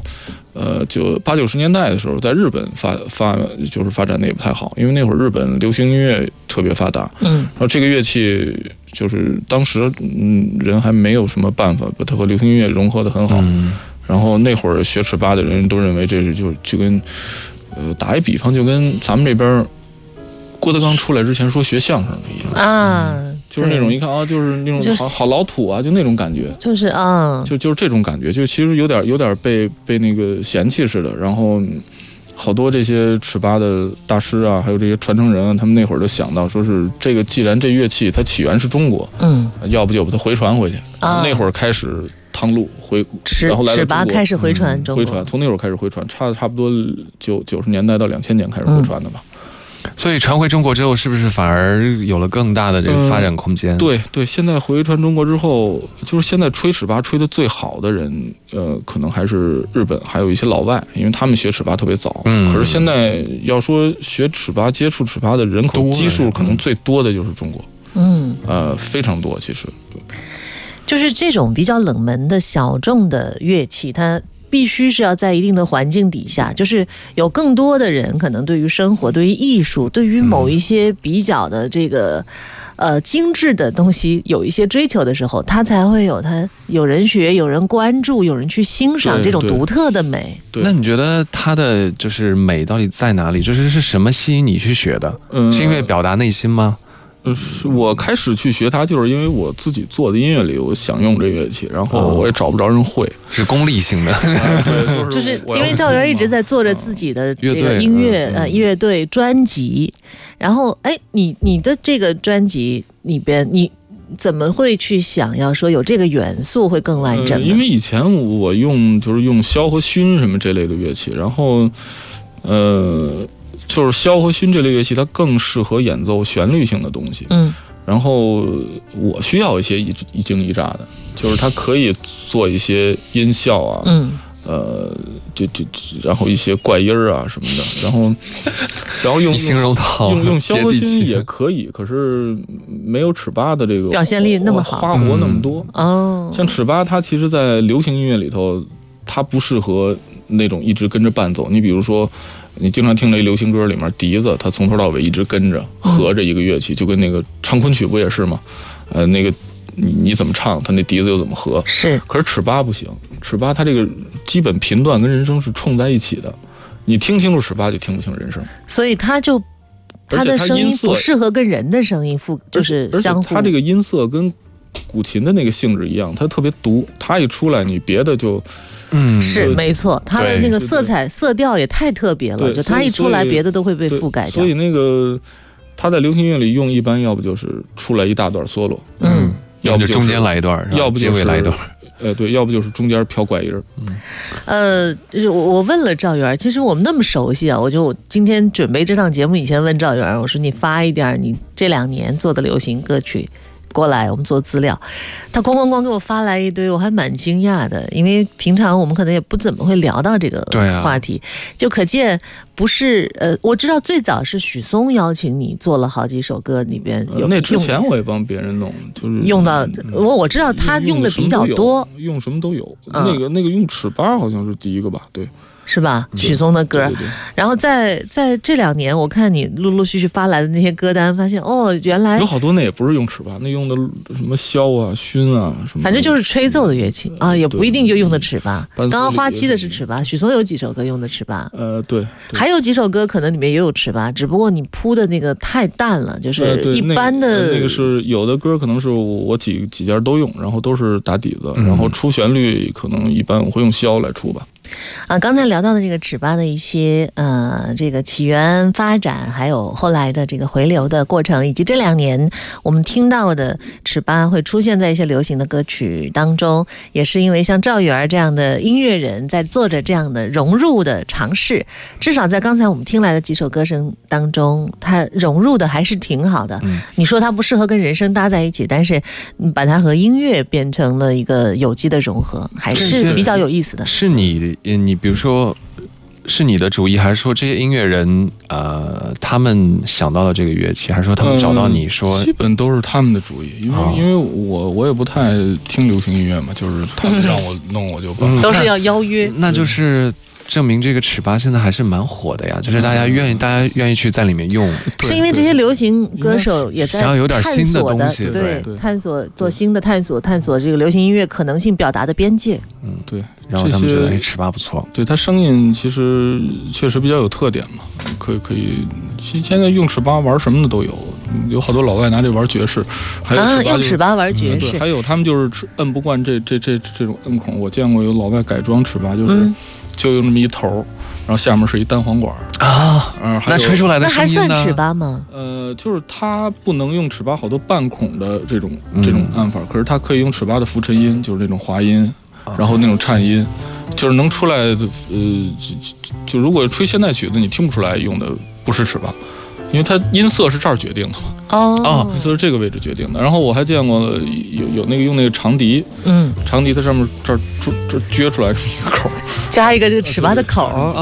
[SPEAKER 3] 呃，九八九十年代的时候，在日本发发就是发展的也不太好，因为那会儿日本流行音乐特别发达，
[SPEAKER 2] 嗯
[SPEAKER 3] 然后这个乐器就是当时嗯人还没有什么办法把它和流行音乐融合的很好，
[SPEAKER 1] 嗯，
[SPEAKER 3] 然后那会儿学尺八的人都认为这是就就跟，呃，打一比方就跟咱们这边儿郭德纲出来之前说学相声的一样，
[SPEAKER 2] 啊，
[SPEAKER 3] 就是那
[SPEAKER 2] 对
[SPEAKER 3] 种一看啊，就是那
[SPEAKER 2] 就
[SPEAKER 3] 种
[SPEAKER 2] 是
[SPEAKER 3] 好好老土啊，就那种感觉。
[SPEAKER 2] 就是啊，
[SPEAKER 3] 就就是这种感觉，就其实有点有点被被那个嫌弃似的。然后嗯好多这些尺八的大师啊，还有这些传承人啊，他们那会儿就想到，说是这个既然这乐器它起源是中国，
[SPEAKER 2] 嗯，
[SPEAKER 3] 要不就把它回传回去。
[SPEAKER 2] 啊
[SPEAKER 3] 那会儿开始汤录回，
[SPEAKER 2] 尺
[SPEAKER 3] 然后来到
[SPEAKER 2] 尺八
[SPEAKER 3] 中国
[SPEAKER 2] 开始回传
[SPEAKER 1] 嗯
[SPEAKER 2] 中
[SPEAKER 3] 回
[SPEAKER 2] 国，
[SPEAKER 3] 传，从那会儿开始回传，差差不多九九十年代到两千年开始回
[SPEAKER 2] 嗯
[SPEAKER 3] 传的吧。
[SPEAKER 1] 所以传回中国之后，是不是反而有了更大的这个发展空间？，
[SPEAKER 3] 嗯对对，现在回传中国之后，就是现在吹尺八吹得最好的人，呃，可能还是日本，还有一些老外，因为他们学尺八特别早。
[SPEAKER 1] 嗯
[SPEAKER 3] 可是现在要说学尺八、接触尺八的人口
[SPEAKER 1] 多
[SPEAKER 3] 基
[SPEAKER 1] 呀
[SPEAKER 3] 数，可能最多的就是中国，
[SPEAKER 2] 嗯，
[SPEAKER 3] 呃，非常多。其实，
[SPEAKER 2] 就是这种比较冷门的小众的乐器，它。必须是要在一定的环境底下，就是有更多的人可能对于生活、对于艺术、对于某一些比较的这个、呃精致的东西有一些追求的时候，它才会有它有人学、有人关注、有人去欣赏
[SPEAKER 3] 对
[SPEAKER 2] 这种
[SPEAKER 3] 对
[SPEAKER 2] 独特的美。
[SPEAKER 3] 对
[SPEAKER 1] 那你觉得它的就是美到底在哪里？就是是什么吸引你去学的？
[SPEAKER 3] 嗯，
[SPEAKER 1] 是因为表达内心吗？
[SPEAKER 3] 呃是我开始去学它，就是因为我自己做的音乐里，我想用这乐器，然后
[SPEAKER 1] 哦
[SPEAKER 3] 我也找不着人 *laughs* 会，
[SPEAKER 1] 是功利性的？
[SPEAKER 3] 啊对
[SPEAKER 2] 就
[SPEAKER 3] 就是我
[SPEAKER 2] 因
[SPEAKER 3] 要
[SPEAKER 2] 为赵源一
[SPEAKER 3] 嘛
[SPEAKER 2] 直在做着自己的这
[SPEAKER 1] 乐
[SPEAKER 2] 个
[SPEAKER 1] 队
[SPEAKER 2] 音乐
[SPEAKER 1] 嗯
[SPEAKER 2] 呃
[SPEAKER 1] 嗯
[SPEAKER 2] 乐队专辑，然后哎，你你的这个专辑里边，你怎么会去想要说有这个元素会更完整
[SPEAKER 3] 呃。因
[SPEAKER 2] 呢？
[SPEAKER 3] 为以前我用就是用箫和埙什么这类的乐器，然后呃，就是箫和埙这类乐器，它更适合演奏旋律性的东西。
[SPEAKER 2] 嗯
[SPEAKER 3] 然后我需要一些一一惊一乍的，就是它可以做一些音效啊，
[SPEAKER 2] 嗯，
[SPEAKER 3] 呃，这这这，然后一些怪音儿啊什么的，
[SPEAKER 1] *laughs*
[SPEAKER 3] 然后然后 *laughs* 用
[SPEAKER 1] 你形容的好，
[SPEAKER 3] 用用箫
[SPEAKER 1] 接
[SPEAKER 3] 和
[SPEAKER 1] 地
[SPEAKER 3] 埙也
[SPEAKER 1] 气。
[SPEAKER 3] 可以，可是没有尺八的这个
[SPEAKER 2] 表现力那么好
[SPEAKER 3] 花活那么
[SPEAKER 1] 嗯
[SPEAKER 3] 多。
[SPEAKER 2] 哦，
[SPEAKER 3] 像尺八，它其实，在流行音乐里头，它不适合那种一直跟着伴奏。你比如说，你经常听那流行歌里面笛子，它从头到尾一直跟着
[SPEAKER 2] 嗯
[SPEAKER 3] 合着一个乐器，就跟那个唱昆曲不也是吗？呃，那个你你怎么唱，它那笛子又怎么合。
[SPEAKER 2] 是
[SPEAKER 3] 可是尺八不行，尺八它这个基本频段跟人声是冲在一起的，你听清楚尺八就听不清人声，
[SPEAKER 2] 所以他就
[SPEAKER 3] 而
[SPEAKER 2] 他
[SPEAKER 3] 且
[SPEAKER 2] 的
[SPEAKER 3] 它
[SPEAKER 2] 声
[SPEAKER 3] 音
[SPEAKER 2] 音
[SPEAKER 3] 色
[SPEAKER 2] 不适合跟人的声音复，就是
[SPEAKER 3] 而且
[SPEAKER 2] 相互
[SPEAKER 3] 它这个音色跟古琴的那个性质一样，它特别毒，它一出来你别的就。
[SPEAKER 1] 嗯，
[SPEAKER 2] 是
[SPEAKER 3] 对
[SPEAKER 2] 没错，他的
[SPEAKER 1] 对
[SPEAKER 2] 那个
[SPEAKER 3] 对
[SPEAKER 2] 色
[SPEAKER 3] 对
[SPEAKER 2] 彩色调也太特别了，
[SPEAKER 3] 对
[SPEAKER 2] 就
[SPEAKER 3] 所
[SPEAKER 2] 他
[SPEAKER 3] 以
[SPEAKER 2] 一
[SPEAKER 3] 所
[SPEAKER 2] 出来，
[SPEAKER 3] 以
[SPEAKER 2] 别的都会被
[SPEAKER 3] 对，
[SPEAKER 2] 覆盖掉
[SPEAKER 3] 所以。那个他在流行乐里用，一般要不就是出来一大段 solo，
[SPEAKER 2] 嗯，
[SPEAKER 1] 要
[SPEAKER 3] 要
[SPEAKER 1] 不
[SPEAKER 3] 不
[SPEAKER 1] 就
[SPEAKER 3] 就是
[SPEAKER 1] 中间来一段，然后
[SPEAKER 3] 要不
[SPEAKER 1] 结
[SPEAKER 3] 就是
[SPEAKER 1] 尾来一段。
[SPEAKER 3] 呃，对，要不就是中间飘怪音儿。
[SPEAKER 2] 呃，就是我我问了赵源儿，其实我们那么熟悉啊，我就我今天准备这档节目以前问赵源儿，我说你发一点儿你这两年做的流行歌曲过来，我们做资料。他咣咣咣给我发来一堆，我还蛮惊讶的，因为平常我们可能也不怎么会聊到这个
[SPEAKER 1] 对啊
[SPEAKER 2] 话题，就可见不是呃，我知道最早是许嵩邀请你做了好几首歌里边
[SPEAKER 3] 呃
[SPEAKER 2] 有
[SPEAKER 3] 那之
[SPEAKER 2] 用
[SPEAKER 3] 前我也帮别人弄，就是嗯
[SPEAKER 2] 用到我我知道他
[SPEAKER 3] 用
[SPEAKER 2] 用的
[SPEAKER 3] 什么
[SPEAKER 2] 比较
[SPEAKER 3] 都有
[SPEAKER 2] 多，
[SPEAKER 3] 用什么都有。
[SPEAKER 2] 嗯
[SPEAKER 3] 那个那个用尺八好像是第一个吧？对，
[SPEAKER 2] 是吧？许嵩的歌
[SPEAKER 3] 对
[SPEAKER 2] 儿
[SPEAKER 3] 对。对
[SPEAKER 2] 然后在在这两年，我看你陆陆续续发来的那些歌单，发现哦，原来
[SPEAKER 3] 有好多那也不是用尺八，那用的什么箫啊、埙啊什么的，
[SPEAKER 2] 反正就是吹奏的乐器啊，也不一定就用的尺八。
[SPEAKER 3] 对
[SPEAKER 2] 刚
[SPEAKER 3] 嗯
[SPEAKER 2] 刚花期的是尺八，许嵩有几首歌用的尺八，
[SPEAKER 3] 呃对，对
[SPEAKER 2] 还有几首歌可能里面也有尺八，只不过你铺的那个太淡了，就
[SPEAKER 3] 呃
[SPEAKER 2] 是
[SPEAKER 3] 对
[SPEAKER 2] 一
[SPEAKER 3] 那个
[SPEAKER 2] 般
[SPEAKER 3] 呃
[SPEAKER 2] 的
[SPEAKER 3] 那个是有的歌可能是我几几家都用，然后都是打底子，
[SPEAKER 1] 嗯
[SPEAKER 3] 然后出旋律可能一般我会用箫来出吧。
[SPEAKER 2] 啊，刚才聊到的这个尺八的一些呃，这个起源、发展，还有后来的这个回流的过程，以及这两年我们听到的尺八会出现在一些流行的歌曲当中，也是因为像赵元儿这样的音乐人在做着这样的融入的尝试。至少在刚才我们听来的几首歌声当中，它融入的还是挺好的。
[SPEAKER 1] 嗯
[SPEAKER 2] 你说它不适合跟人声搭在一起，但是你把它和音乐变成了一个有机的融合，还
[SPEAKER 1] 这
[SPEAKER 2] 是
[SPEAKER 1] 些
[SPEAKER 2] 比较有意思的。
[SPEAKER 1] 是你呃你比如说，是你的主意，还是说这些音乐人呃他们想到了这个乐器，还是说他们找到
[SPEAKER 3] 嗯
[SPEAKER 1] 你说
[SPEAKER 3] 基本都是他们的主意，因为、
[SPEAKER 1] 哦
[SPEAKER 3] 因为我我也不太听流行音乐嘛，就是他们让
[SPEAKER 2] *laughs*
[SPEAKER 3] 我弄我就帮。
[SPEAKER 1] 嗯
[SPEAKER 2] 都是要邀约。
[SPEAKER 1] 那就是证明这个尺八现在还是蛮火的呀，就是大家愿意，大家愿意去在里面用。
[SPEAKER 3] 对
[SPEAKER 2] 是因为这些流行歌手也在
[SPEAKER 1] 想要有点新的
[SPEAKER 2] 探索
[SPEAKER 1] 东西
[SPEAKER 2] 对，
[SPEAKER 3] 对
[SPEAKER 2] 探索做新的探索，探索这个流行音乐可能性表达的边界。
[SPEAKER 3] 对
[SPEAKER 1] 然后他们觉
[SPEAKER 3] 这
[SPEAKER 1] 得，
[SPEAKER 3] 些
[SPEAKER 1] 哎，尺八不错。
[SPEAKER 3] 对，他声音其实确实比较有特点嘛，可以可以。现现在用尺八玩什么的都有，有好多老外拿这玩爵士，还有尺八、
[SPEAKER 2] 啊，
[SPEAKER 3] 就是
[SPEAKER 2] 用尺八玩爵
[SPEAKER 3] 对，
[SPEAKER 2] 士，
[SPEAKER 3] 还有他们就是吃摁不惯这这这这种摁孔，我见过有老外改装尺八，就是、
[SPEAKER 2] 嗯，
[SPEAKER 3] 就用这么一头儿，然后下面是一单簧管儿，
[SPEAKER 1] 啊，
[SPEAKER 3] 嗯，还
[SPEAKER 1] 那
[SPEAKER 3] 有
[SPEAKER 1] 吹出来的
[SPEAKER 2] 那
[SPEAKER 1] 声
[SPEAKER 2] 还
[SPEAKER 1] 音
[SPEAKER 2] 算
[SPEAKER 1] 呢
[SPEAKER 2] 尺八吗？
[SPEAKER 3] 呃，就是它不能用尺八好多半孔的这种
[SPEAKER 1] 嗯
[SPEAKER 3] 这种按法，可是它可以用尺八的浮沉音，就是那种滑音，然后那种颤音，就是能出来的。呃，就就就如果吹现代曲子，你听不出来用的不是尺八。因为它音色是这儿决定的，
[SPEAKER 2] 哦
[SPEAKER 1] 哦
[SPEAKER 3] 音色是这个位置决定的。然后我还见过有有那个用那个长笛，
[SPEAKER 2] 嗯，
[SPEAKER 3] 长笛它上面这儿这这撅出来这么一个口儿，
[SPEAKER 2] 加一个这个尺八的口儿，
[SPEAKER 1] 哦，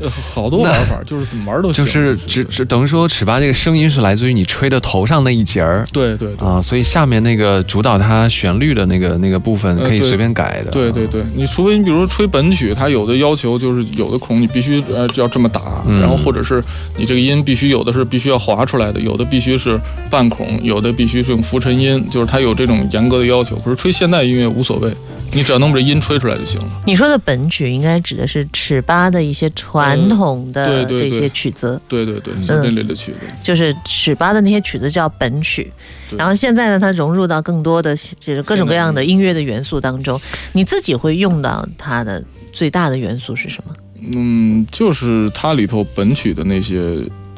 [SPEAKER 3] 呃好多玩法，就是怎么玩都行。
[SPEAKER 1] 就是
[SPEAKER 3] 其
[SPEAKER 1] 只
[SPEAKER 3] 实
[SPEAKER 1] 只等于说尺八这个声音是来自于你吹的头上那一节儿
[SPEAKER 3] 对对对
[SPEAKER 1] 啊，所以下面那个主导它旋律的那个那个部分
[SPEAKER 3] 呃
[SPEAKER 1] 可以
[SPEAKER 3] 对
[SPEAKER 1] 随便改的。
[SPEAKER 3] 对对对，你除非你比如说吹本曲，它有的要求就是有的孔你必须呃要这么打，
[SPEAKER 1] 嗯
[SPEAKER 3] 然后或者是你这个音必须有的是必须要划出来的，有的必须是半孔，有的必须是用浮沉音，就是它有这种严格的要求。可是吹现代音乐无所谓，你只要能把这音吹出来就行了。
[SPEAKER 2] 你说的本曲应该指的是尺八的一些传统的
[SPEAKER 3] 嗯
[SPEAKER 2] 这
[SPEAKER 3] 对对
[SPEAKER 2] 些
[SPEAKER 3] 对
[SPEAKER 2] 曲子，
[SPEAKER 3] 对对对，就这类的曲子。
[SPEAKER 2] 就是尺八的那些曲子叫本曲，
[SPEAKER 3] 对
[SPEAKER 2] 然后现在呢，它融入到更多的就是各种各样的音乐的元素当中。你自己会用到它的最大的元素是什么？
[SPEAKER 3] 嗯，就是它里头本曲的那些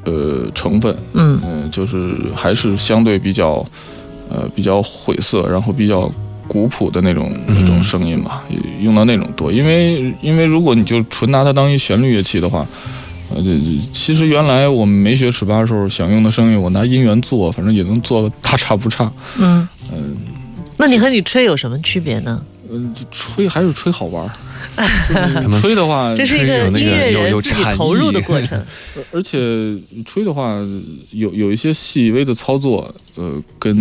[SPEAKER 3] 呃成分，
[SPEAKER 2] 嗯，
[SPEAKER 3] 嗯，就是还是相对比较，呃，比较晦涩，然后比较古朴的那种
[SPEAKER 1] 嗯
[SPEAKER 3] 那种声音吧，用到那种多。因为因为如果你就纯拿它当一旋律乐器的话，呃，这其实原来我们没学尺八的时候想用的声音，我拿音源做，反正也能做个大差不差。
[SPEAKER 2] 嗯
[SPEAKER 3] 嗯，
[SPEAKER 2] 那你和你吹有什么区别呢？
[SPEAKER 3] 嗯、就吹还是吹好
[SPEAKER 2] *laughs*
[SPEAKER 3] 玩儿，就是
[SPEAKER 1] 他
[SPEAKER 3] 你
[SPEAKER 1] 们
[SPEAKER 3] 嗯吹的话，
[SPEAKER 2] 这是一
[SPEAKER 1] 有
[SPEAKER 2] 个
[SPEAKER 1] 那个
[SPEAKER 2] 音乐
[SPEAKER 1] 有
[SPEAKER 2] 人
[SPEAKER 1] 有
[SPEAKER 2] 自己
[SPEAKER 1] 禅
[SPEAKER 2] 投入的
[SPEAKER 1] 意
[SPEAKER 2] 过
[SPEAKER 3] *laughs*
[SPEAKER 2] 程。
[SPEAKER 3] 而而且吹的话，有有一些细微的操作，呃，跟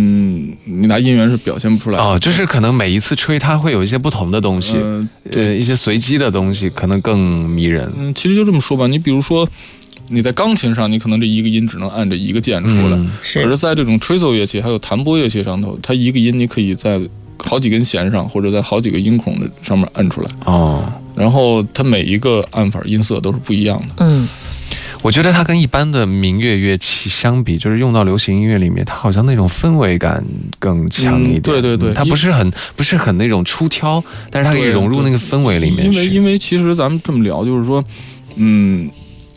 [SPEAKER 3] 你拿音源是表现不出来的。
[SPEAKER 1] 哦，就是可能每一次吹它会有一些不同的东西，
[SPEAKER 3] 嗯、
[SPEAKER 1] 呃，一些随机的东西可能更迷人。
[SPEAKER 3] 嗯，其实就这么说吧，你比如说你在钢琴上，你可能这一个音只能按这一个键出来，
[SPEAKER 1] 嗯
[SPEAKER 3] 可
[SPEAKER 2] 是
[SPEAKER 3] 是，在这种吹奏乐器还有弹拨乐器上头，它一个音你可以在好几根弦上，或者在好几个音孔的上面按出来，
[SPEAKER 1] 哦，
[SPEAKER 3] 然后它每一个按法音色都是不一样的。
[SPEAKER 2] 嗯，
[SPEAKER 1] 我觉得它跟一般的民乐乐器相比，就是用到流行音乐里面，它好像那种氛围感更强一点。
[SPEAKER 3] 嗯对对对
[SPEAKER 1] 嗯它不是很不是很那种出挑，但是它可以
[SPEAKER 3] 对
[SPEAKER 1] 融入那个氛围里面
[SPEAKER 3] 因为
[SPEAKER 1] 去。
[SPEAKER 3] 因为其实咱们这么聊，就是说，嗯，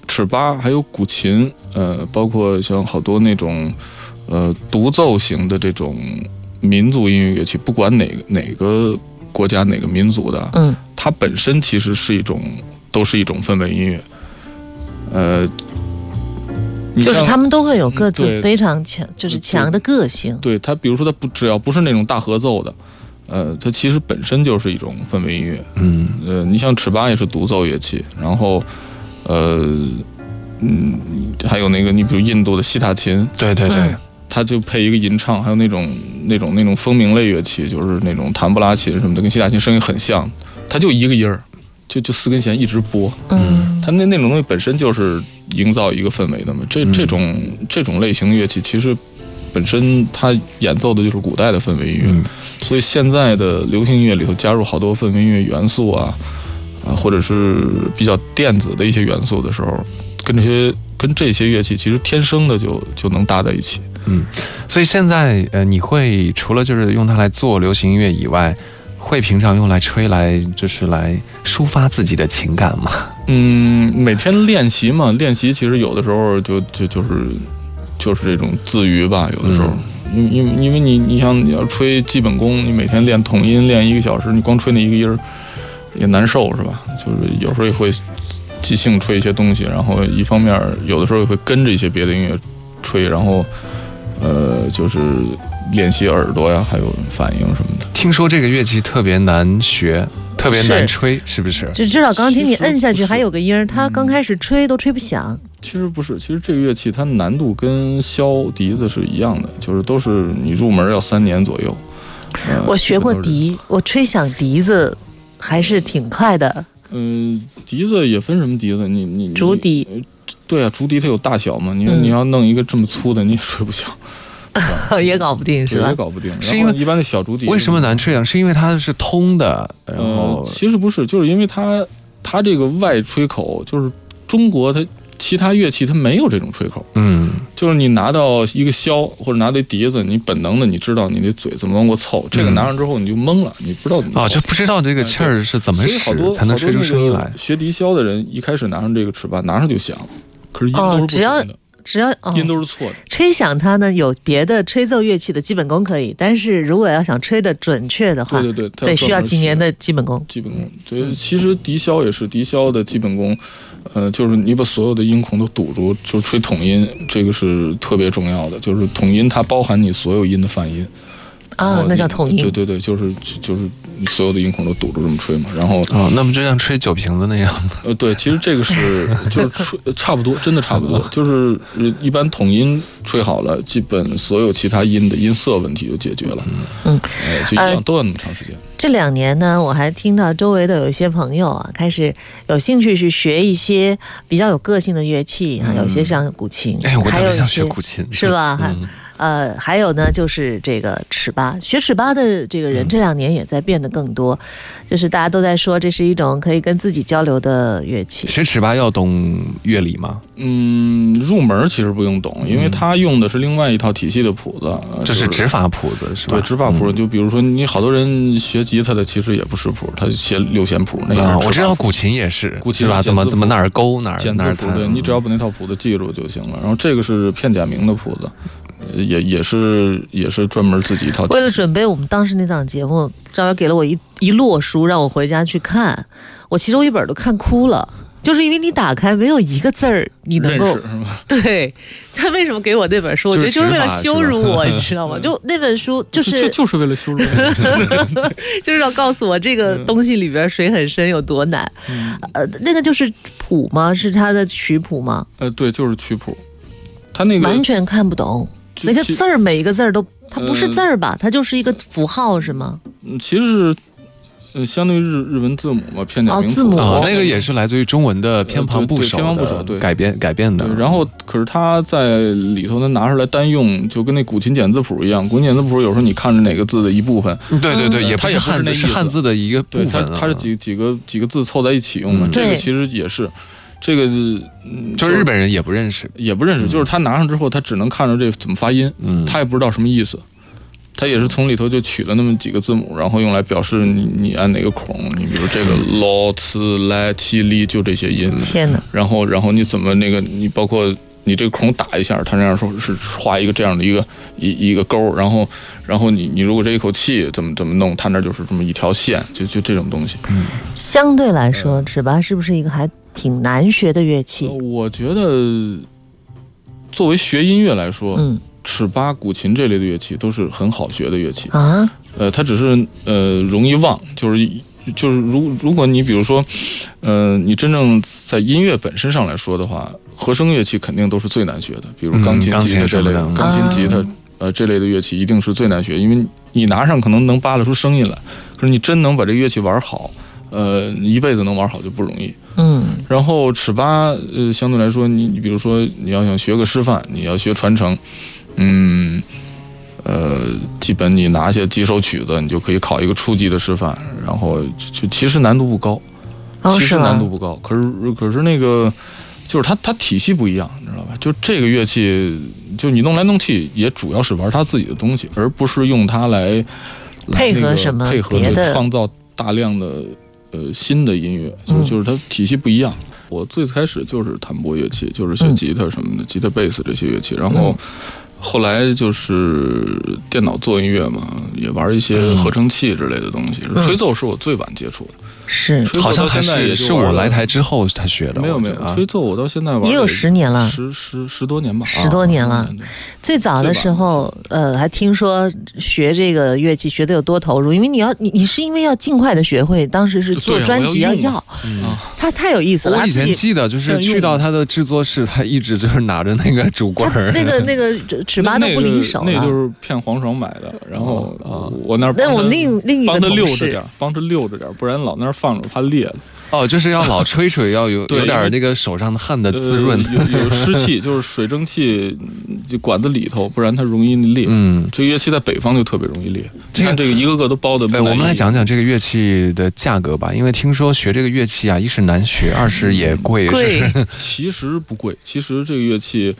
[SPEAKER 3] 尺八还有古琴，呃，包括像好多那种呃独奏型的这种民族音乐乐器，不管哪个哪个国家哪个民族的，
[SPEAKER 2] 嗯，
[SPEAKER 3] 它本身其实是一种都是一种氛围音乐，呃，你
[SPEAKER 2] 就是
[SPEAKER 3] 像
[SPEAKER 2] 他们都会有各
[SPEAKER 3] 嗯
[SPEAKER 2] 自
[SPEAKER 3] 对
[SPEAKER 2] 非常强，就是强的个性。
[SPEAKER 3] 对它，比如说它不只要不是那种大合奏的。呃，它其实本身就是一种氛围音乐，
[SPEAKER 1] 嗯，
[SPEAKER 3] 呃，你像尺八也是独奏乐器，然后，呃，嗯，还有那个，你比如印度的西塔琴，
[SPEAKER 1] 对对对，
[SPEAKER 2] 嗯
[SPEAKER 3] 它就配一个吟唱，还有那种那种那种风鸣类乐器，就是那种弹布拉琴什么的，跟西塔琴声音很像，它就一个音儿，就就四根弦一直拨，
[SPEAKER 2] 嗯，
[SPEAKER 3] 它那那种东西本身就是营造一个氛围的嘛。这
[SPEAKER 1] 嗯
[SPEAKER 3] 这种这种类型的乐器，其实本身它演奏的就是古代的氛围音乐，
[SPEAKER 1] 嗯
[SPEAKER 3] 所以现在的流行音乐里头加入好多氛围音乐元素啊，啊，或者是比较电子的一些元素的时候，跟这些跟这些乐器其实天生的就就能搭在一起。
[SPEAKER 1] 所以现在呃，你会除了就是用它来做流行音乐以外，会平常用来吹来，就是来抒发自己的情感吗？
[SPEAKER 3] 嗯，每天练习嘛，练习其实有的时候就就就是就是这种自娱吧，有的时候。因因为因为你你像你要吹基本功，你每天练统音练一个小时，你光吹那一个音儿也难受是吧？就是有时候也会即兴吹一些东西，然后一方面有的时候也会跟着一些别的音乐吹，然后呃就是练习耳朵呀，还有反应什么的。
[SPEAKER 1] 听说这个乐器特别难学，特别难
[SPEAKER 2] 是
[SPEAKER 1] 吹，是不是？
[SPEAKER 2] 只知道钢琴你
[SPEAKER 3] 其实不
[SPEAKER 2] 摁下去
[SPEAKER 3] 是嗯
[SPEAKER 2] 还有个音儿，它刚开始吹都吹不响。
[SPEAKER 3] 其实不是，其实这个乐器它难度跟削笛子是一样的，就是都是你入门要三年左右。呃
[SPEAKER 2] 我学过，
[SPEAKER 3] 基本都是
[SPEAKER 2] 笛，我吹响笛子还是挺快的，
[SPEAKER 3] 嗯、笛子也分什么笛子，你你你
[SPEAKER 2] 竹笛。
[SPEAKER 3] 对啊，竹笛它有大小嘛，你、
[SPEAKER 2] 嗯
[SPEAKER 3] 你要弄一个这么粗的，你也吹不响，
[SPEAKER 2] 也搞不定是
[SPEAKER 3] 对，
[SPEAKER 2] 吧
[SPEAKER 3] 也？搞不定。然后
[SPEAKER 1] 是因为
[SPEAKER 3] 一般的小竹笛
[SPEAKER 1] 为什么？难吹啊？是因为它是通的，然
[SPEAKER 3] 呃
[SPEAKER 1] 后，
[SPEAKER 3] 其实不是，就是因为它它这个外吹口，就是中国它其他乐器它没有这种吹口，
[SPEAKER 1] 嗯
[SPEAKER 3] 就是你拿到一个箫或者拿到一笛子，你本能的你知道你那嘴怎么往过凑，这个拿上之后你就懵了，你不知道怎么
[SPEAKER 1] 哦，
[SPEAKER 3] 凑
[SPEAKER 1] 嗯就。不知道这个气儿是怎么
[SPEAKER 3] 啊所以好
[SPEAKER 1] 使
[SPEAKER 3] 多
[SPEAKER 1] 才能吹出声音
[SPEAKER 3] 好多
[SPEAKER 1] 来
[SPEAKER 3] 那个。学笛箫的人一开始拿上这个尺八，拿上就响，可是音
[SPEAKER 2] 哦
[SPEAKER 3] 都是不
[SPEAKER 2] 只要
[SPEAKER 3] 准的，
[SPEAKER 2] 只要哦，
[SPEAKER 3] 音都是错的。
[SPEAKER 2] 吹响它呢，有别的吹奏乐器的基本功可以，但是如果要想吹的准确的话，
[SPEAKER 3] 对对对，它
[SPEAKER 2] 啊得需要
[SPEAKER 3] 专门
[SPEAKER 2] 几年
[SPEAKER 3] 学
[SPEAKER 2] 的嗯基本功。
[SPEAKER 3] 基本功。对，其实笛箫也是，笛箫的基本功，呃，就是你把所有的音孔都堵住，就是吹统音，这个是特别重要的。就是统音，它包含你所有音的泛音。然
[SPEAKER 2] 啊、
[SPEAKER 3] 后哦你
[SPEAKER 2] 那叫统
[SPEAKER 3] 对
[SPEAKER 2] 一。
[SPEAKER 3] 对对，就是就是你所有的音孔都堵住这么吹嘛。然后
[SPEAKER 1] 哦，那么就像吹酒瓶子那样， *laughs*
[SPEAKER 3] 呃，对，其实这个是就是吹差不多，真的
[SPEAKER 1] *laughs*
[SPEAKER 3] 差不多，就是呃一般统音吹好了，基本所有其他音的音色问题就解决了。
[SPEAKER 2] 嗯
[SPEAKER 3] 呃，就一
[SPEAKER 2] 呃
[SPEAKER 3] 样都要那么长时间。
[SPEAKER 2] 这两年呢，我还听到周围的有一些朋友啊，开始有兴趣去学一些比较有个性的乐器啊，有些像古琴，
[SPEAKER 1] 哎，我
[SPEAKER 2] 还
[SPEAKER 1] 特
[SPEAKER 2] 有
[SPEAKER 1] 别
[SPEAKER 2] 一
[SPEAKER 1] 想学
[SPEAKER 2] 些
[SPEAKER 1] 古琴，
[SPEAKER 2] *laughs* 是吧？还
[SPEAKER 1] 嗯，
[SPEAKER 2] 呃，还有呢，就是这个尺八，学尺八的这个
[SPEAKER 1] 嗯
[SPEAKER 2] 人这两年也在变得更多，就是大家都在说这是一种可以跟自己交流的乐器。
[SPEAKER 1] 学尺八要懂乐理吗？
[SPEAKER 3] 嗯，入门儿其实不用懂，因为它用的是另外一套体系的谱子，呃
[SPEAKER 1] 嗯就是指法谱子是吧？
[SPEAKER 3] 对指法谱。
[SPEAKER 1] 嗯
[SPEAKER 3] 就比如说，你好多人学吉他的，其实也不识谱，他写六弦谱那
[SPEAKER 1] 啊
[SPEAKER 3] 样。，
[SPEAKER 1] 我知道。古琴也是，
[SPEAKER 3] 古琴
[SPEAKER 1] 是吧？
[SPEAKER 3] 是
[SPEAKER 1] 怎么
[SPEAKER 3] 简字
[SPEAKER 1] 怎么
[SPEAKER 3] 谱
[SPEAKER 1] 哪儿勾哪儿
[SPEAKER 3] 简
[SPEAKER 1] 哪
[SPEAKER 3] 字
[SPEAKER 1] 儿
[SPEAKER 3] 谱
[SPEAKER 1] 弹，
[SPEAKER 3] 对你只要把那套谱子记住就行了。然后这个是片假名的谱子，呃也也是也是专门自己一套体系。
[SPEAKER 2] 为了准备我们当时那档节目，赵源给了我一一摞书，让我回家去看。我其中一本都看哭了，就是因为你打开没有一个字儿你能
[SPEAKER 3] 认识
[SPEAKER 2] 够
[SPEAKER 3] 是吧？
[SPEAKER 2] 对。他为什么给我那本书？我觉得
[SPEAKER 1] 就是
[SPEAKER 2] 就是为
[SPEAKER 1] 指
[SPEAKER 2] 了
[SPEAKER 1] 法是
[SPEAKER 2] 羞
[SPEAKER 1] 吧
[SPEAKER 2] 辱
[SPEAKER 3] *laughs*
[SPEAKER 2] 我，你知道吗？就那本书就
[SPEAKER 3] 就是就是为了羞辱你。
[SPEAKER 2] 就是要告诉我这个东西里边水很深有多难。
[SPEAKER 3] 嗯
[SPEAKER 2] 呃，那个就是谱吗？是它的曲谱吗？
[SPEAKER 3] *laughs* 呃，对，就是曲谱，他那个
[SPEAKER 2] 完全看不懂，
[SPEAKER 3] 就
[SPEAKER 2] 那个
[SPEAKER 3] 其
[SPEAKER 2] 字儿每一个字儿都，它不是
[SPEAKER 3] 呃
[SPEAKER 2] 字儿吧？它就是一个符号是吗？
[SPEAKER 3] 嗯其实是呃相当于日日文字母嘛，片假
[SPEAKER 2] 哦
[SPEAKER 3] 名
[SPEAKER 2] 字
[SPEAKER 3] 谱
[SPEAKER 2] 母
[SPEAKER 1] 啊
[SPEAKER 2] 哦，
[SPEAKER 1] 那个也是来自于中文的偏旁部首的
[SPEAKER 3] 嗯对对偏旁部首对
[SPEAKER 1] 改编改编的
[SPEAKER 3] 对，。然后可是它在里头，它拿出来单用，就跟那古琴简字谱一样。古琴简字谱有时候你看着哪个字的一部分，
[SPEAKER 1] 嗯对对对，
[SPEAKER 3] 嗯
[SPEAKER 1] 也
[SPEAKER 3] 它
[SPEAKER 1] 是
[SPEAKER 3] 也不是
[SPEAKER 1] 汉字，
[SPEAKER 3] 那意
[SPEAKER 1] 是
[SPEAKER 3] 思
[SPEAKER 1] 汉字的一个
[SPEAKER 3] 对
[SPEAKER 1] 部
[SPEAKER 3] 它
[SPEAKER 1] 分啊。
[SPEAKER 3] 它是几几个几个字凑在一起用的。
[SPEAKER 1] 嗯
[SPEAKER 3] 这
[SPEAKER 2] 对
[SPEAKER 3] 个其实也是，这个嗯，
[SPEAKER 1] 就是日本人也不认识，
[SPEAKER 3] 也不认识，就是他拿上之后，他只能看着这怎么发音，
[SPEAKER 1] 嗯，
[SPEAKER 3] 他也不知道什么意思。他也是从里头就取了那么几个字母，然后用来表示你你按哪个孔，你比如这个 lo c l 七 li 就这些音，
[SPEAKER 2] 天哪！
[SPEAKER 3] 然后然后你怎么那个你包括你这个孔打一下，他那样说是画一个这样的一个一一个勾，然后然后你你如果这一口气怎么怎么弄，他那就是这么一条线，就就这种东西。
[SPEAKER 2] 相对来说，
[SPEAKER 3] 嗯
[SPEAKER 2] 尺八是不是一个还挺难学的乐器？
[SPEAKER 3] 我觉得作为学音乐来说，
[SPEAKER 2] 嗯
[SPEAKER 3] 尺八、古琴这类的乐器都是很好学的乐器，
[SPEAKER 2] 啊，
[SPEAKER 3] 呃，它只是呃容易忘，就是。就是如如果你比如说，呃，你真正在音乐本身上来说的话，和声乐器肯定都是最难学的，比如
[SPEAKER 1] 嗯
[SPEAKER 3] 钢琴、
[SPEAKER 1] 钢
[SPEAKER 3] 吉
[SPEAKER 1] 琴
[SPEAKER 3] 他
[SPEAKER 1] 什
[SPEAKER 3] 这
[SPEAKER 1] 么
[SPEAKER 3] 类
[SPEAKER 1] 的
[SPEAKER 3] 的，钢琴、吉他呃这类的乐器一定是最难学，因为你拿上可能能扒拉出声音来，可是你真能把这乐器玩好，呃，一辈子能玩好就不容易。
[SPEAKER 2] 嗯
[SPEAKER 3] 然后尺八，呃，相对来说，你你比如说你要想学个师范，你要学传承，嗯，呃，基本你拿下几首曲子，你就可以考一个初级的师范，然后就就其实难度不高，
[SPEAKER 2] 哦
[SPEAKER 3] 其
[SPEAKER 2] 是
[SPEAKER 3] 实
[SPEAKER 2] 吗
[SPEAKER 3] 难度不高，可是可是那个就是它它体系不一样，你知道吧？就这个乐器，就你弄来弄去也主要是玩它自己的东西，而不是用它来来
[SPEAKER 2] 配
[SPEAKER 3] 那
[SPEAKER 2] 合
[SPEAKER 3] 个
[SPEAKER 2] 什么
[SPEAKER 3] 配合
[SPEAKER 2] 别的
[SPEAKER 3] 着创造大量的呃新的音乐，就
[SPEAKER 2] 嗯
[SPEAKER 3] 就是它体系不一样。我最开始就是弹拨乐器，就是学
[SPEAKER 2] 嗯
[SPEAKER 3] 吉他什么的，吉他、贝斯这些乐器，然后。后来就是电脑做音乐嘛，也玩一些合成器之类的东西。
[SPEAKER 2] 嗯
[SPEAKER 3] 吹奏是我最晚接触的，
[SPEAKER 2] 是
[SPEAKER 3] 吹奏
[SPEAKER 1] 嗯好像
[SPEAKER 3] 到
[SPEAKER 1] 还
[SPEAKER 3] 现在
[SPEAKER 1] 是
[SPEAKER 3] 也就是玩
[SPEAKER 1] 我
[SPEAKER 3] 了
[SPEAKER 1] 来台之后才学的。
[SPEAKER 3] 没有
[SPEAKER 1] 我
[SPEAKER 3] 没
[SPEAKER 1] 觉
[SPEAKER 3] 有
[SPEAKER 1] 得啊
[SPEAKER 3] 吹奏，我到现在玩了
[SPEAKER 2] 也有十年了。
[SPEAKER 3] 十十十多年吧，
[SPEAKER 2] 十多年了
[SPEAKER 3] 啊对
[SPEAKER 2] 最早的时候，呃，还听说学这个乐器学的有多投入，因为你要你你是因为要尽快的学会，当时是做
[SPEAKER 3] 对我
[SPEAKER 2] 专
[SPEAKER 3] 要
[SPEAKER 2] 辑要
[SPEAKER 3] 用
[SPEAKER 2] 要嗯
[SPEAKER 3] 嘛，啊
[SPEAKER 2] 他太有意思了，
[SPEAKER 1] 我
[SPEAKER 2] 他
[SPEAKER 1] 以
[SPEAKER 2] 自
[SPEAKER 1] 前
[SPEAKER 2] 己
[SPEAKER 1] 记得，就是
[SPEAKER 3] 善用
[SPEAKER 1] 去到他的制作室，他一直就是拿着那个 *laughs* 竹棍
[SPEAKER 2] 他
[SPEAKER 1] 儿。
[SPEAKER 2] 那
[SPEAKER 3] *laughs*
[SPEAKER 2] 个那个尺八都
[SPEAKER 3] 那
[SPEAKER 2] 不离手
[SPEAKER 3] 那个。那就
[SPEAKER 2] 了。
[SPEAKER 3] 是骗黄爽买的，然后
[SPEAKER 1] 哦啊
[SPEAKER 3] 我那儿
[SPEAKER 2] 但
[SPEAKER 3] 帮
[SPEAKER 2] 我
[SPEAKER 3] 他
[SPEAKER 2] 另另一个
[SPEAKER 3] 帮他溜
[SPEAKER 2] 同
[SPEAKER 3] 着点
[SPEAKER 2] 事，
[SPEAKER 3] 儿，帮他溜着点儿，不然老那儿放着怕裂了。
[SPEAKER 1] 哦，就是要老吹吹，要 *laughs* 有
[SPEAKER 3] 对
[SPEAKER 1] 有点
[SPEAKER 3] 因
[SPEAKER 1] 儿
[SPEAKER 3] 为
[SPEAKER 1] 那个手上的汗的
[SPEAKER 3] 呃
[SPEAKER 1] 滋润。
[SPEAKER 3] 有有湿
[SPEAKER 1] *laughs*
[SPEAKER 3] 气，就是水蒸气嗯就管子里头，不然它容易裂。
[SPEAKER 1] 嗯，
[SPEAKER 3] 这乐器在北方就特别容易裂，
[SPEAKER 1] 这个
[SPEAKER 3] 你看这个一个个都包的。
[SPEAKER 1] 哎，我们来，讲讲这个乐器的价格吧，因为听说学这个乐器啊，一是难学，二是也贵。
[SPEAKER 3] *laughs*
[SPEAKER 2] 贵
[SPEAKER 1] 是
[SPEAKER 3] 其实不贵，其实这个乐器。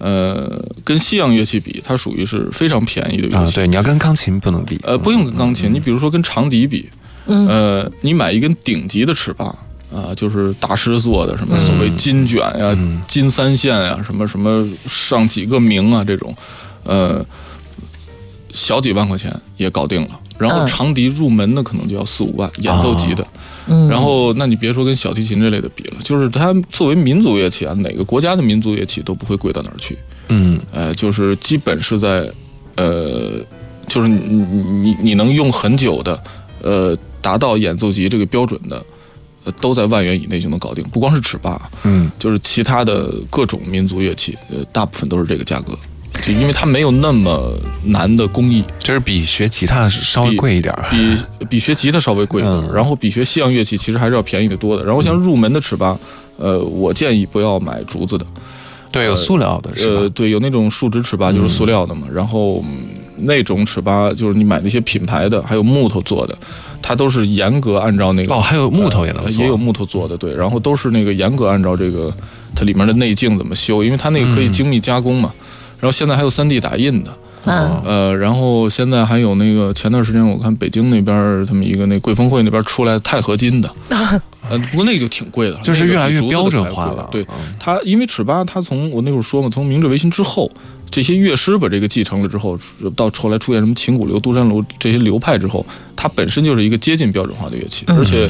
[SPEAKER 3] 呃，跟西洋乐器比，它属于是非常便宜的乐
[SPEAKER 1] 啊，
[SPEAKER 3] 器。
[SPEAKER 1] 对，你嗯要跟钢琴不能比。
[SPEAKER 3] 呃，不用跟钢琴，你比如说跟长笛比，
[SPEAKER 2] 嗯，
[SPEAKER 3] 呃，你买一根顶级的尺八啊、就是大师做的，什么
[SPEAKER 1] 嗯
[SPEAKER 3] 所谓金卷呀、
[SPEAKER 1] 嗯
[SPEAKER 3] 金三线呀、什么什么上几个名啊这种，呃，小几万块钱也搞定了。然后
[SPEAKER 2] 嗯
[SPEAKER 3] 长笛入门的可能就要四五万，演奏级的。
[SPEAKER 2] 嗯
[SPEAKER 3] 然后那你别说跟小提琴这类的比了，就是它作为民族乐器啊，哪个国家的民族乐器都不会贵到哪儿去。
[SPEAKER 1] 嗯，
[SPEAKER 3] 呃，就是基本是在，呃，就是你你你你能用很久的，呃，达到演奏级这个标准的，呃，都在万元以内就能搞定。不光是尺八，
[SPEAKER 1] 嗯
[SPEAKER 3] 就是其他的各种民族乐器，呃，大部分都是这个价格，就因为它没有那么难的工艺，
[SPEAKER 1] 嗯，就是比学吉他稍微
[SPEAKER 3] 比
[SPEAKER 1] 贵一点儿。
[SPEAKER 3] 比比学吉他稍微贵一点，
[SPEAKER 1] 嗯
[SPEAKER 3] 然后比学西洋乐器其实还是要便宜的多的。然后像入门的尺八，呃，我建议不要买竹子的。
[SPEAKER 1] 对，有塑料的是
[SPEAKER 3] 呃，
[SPEAKER 1] 吧？嗯
[SPEAKER 3] 对，有那种树脂尺八，就是塑料的嘛。然后嗯那种尺八，就是你买那些品牌的，还有木头做的，它都是严格按照那个
[SPEAKER 1] 哦，还有木头也
[SPEAKER 3] 呃
[SPEAKER 1] 能做。
[SPEAKER 3] 也有木头做的，对。然后都是那个严格按照这个它里面的内径怎么修，因为它那个可以
[SPEAKER 1] 嗯
[SPEAKER 3] 精密加工嘛。然后现在还有 3D 打印的，
[SPEAKER 1] 啊
[SPEAKER 2] 嗯，
[SPEAKER 3] 呃，然后现在还有那个前段时间我看北京那边儿他们一个那贵峰会那边出来钛合金的，呃，不过那个就挺贵的了，
[SPEAKER 1] 就是
[SPEAKER 3] 那个
[SPEAKER 1] 越来
[SPEAKER 3] 比
[SPEAKER 1] 越
[SPEAKER 3] 竹子的
[SPEAKER 1] 标准
[SPEAKER 3] 还
[SPEAKER 1] 化
[SPEAKER 3] 贵
[SPEAKER 1] 了。
[SPEAKER 3] 对，
[SPEAKER 1] 嗯
[SPEAKER 3] 他因为尺八，他从我那会儿说嘛，从明治维新之后，这些乐师把这个继承了之后，到后来出现什么琴鼓流、独山流这些流派之后，它本身就是一个接近标准化的乐器，
[SPEAKER 1] 嗯
[SPEAKER 3] 而且，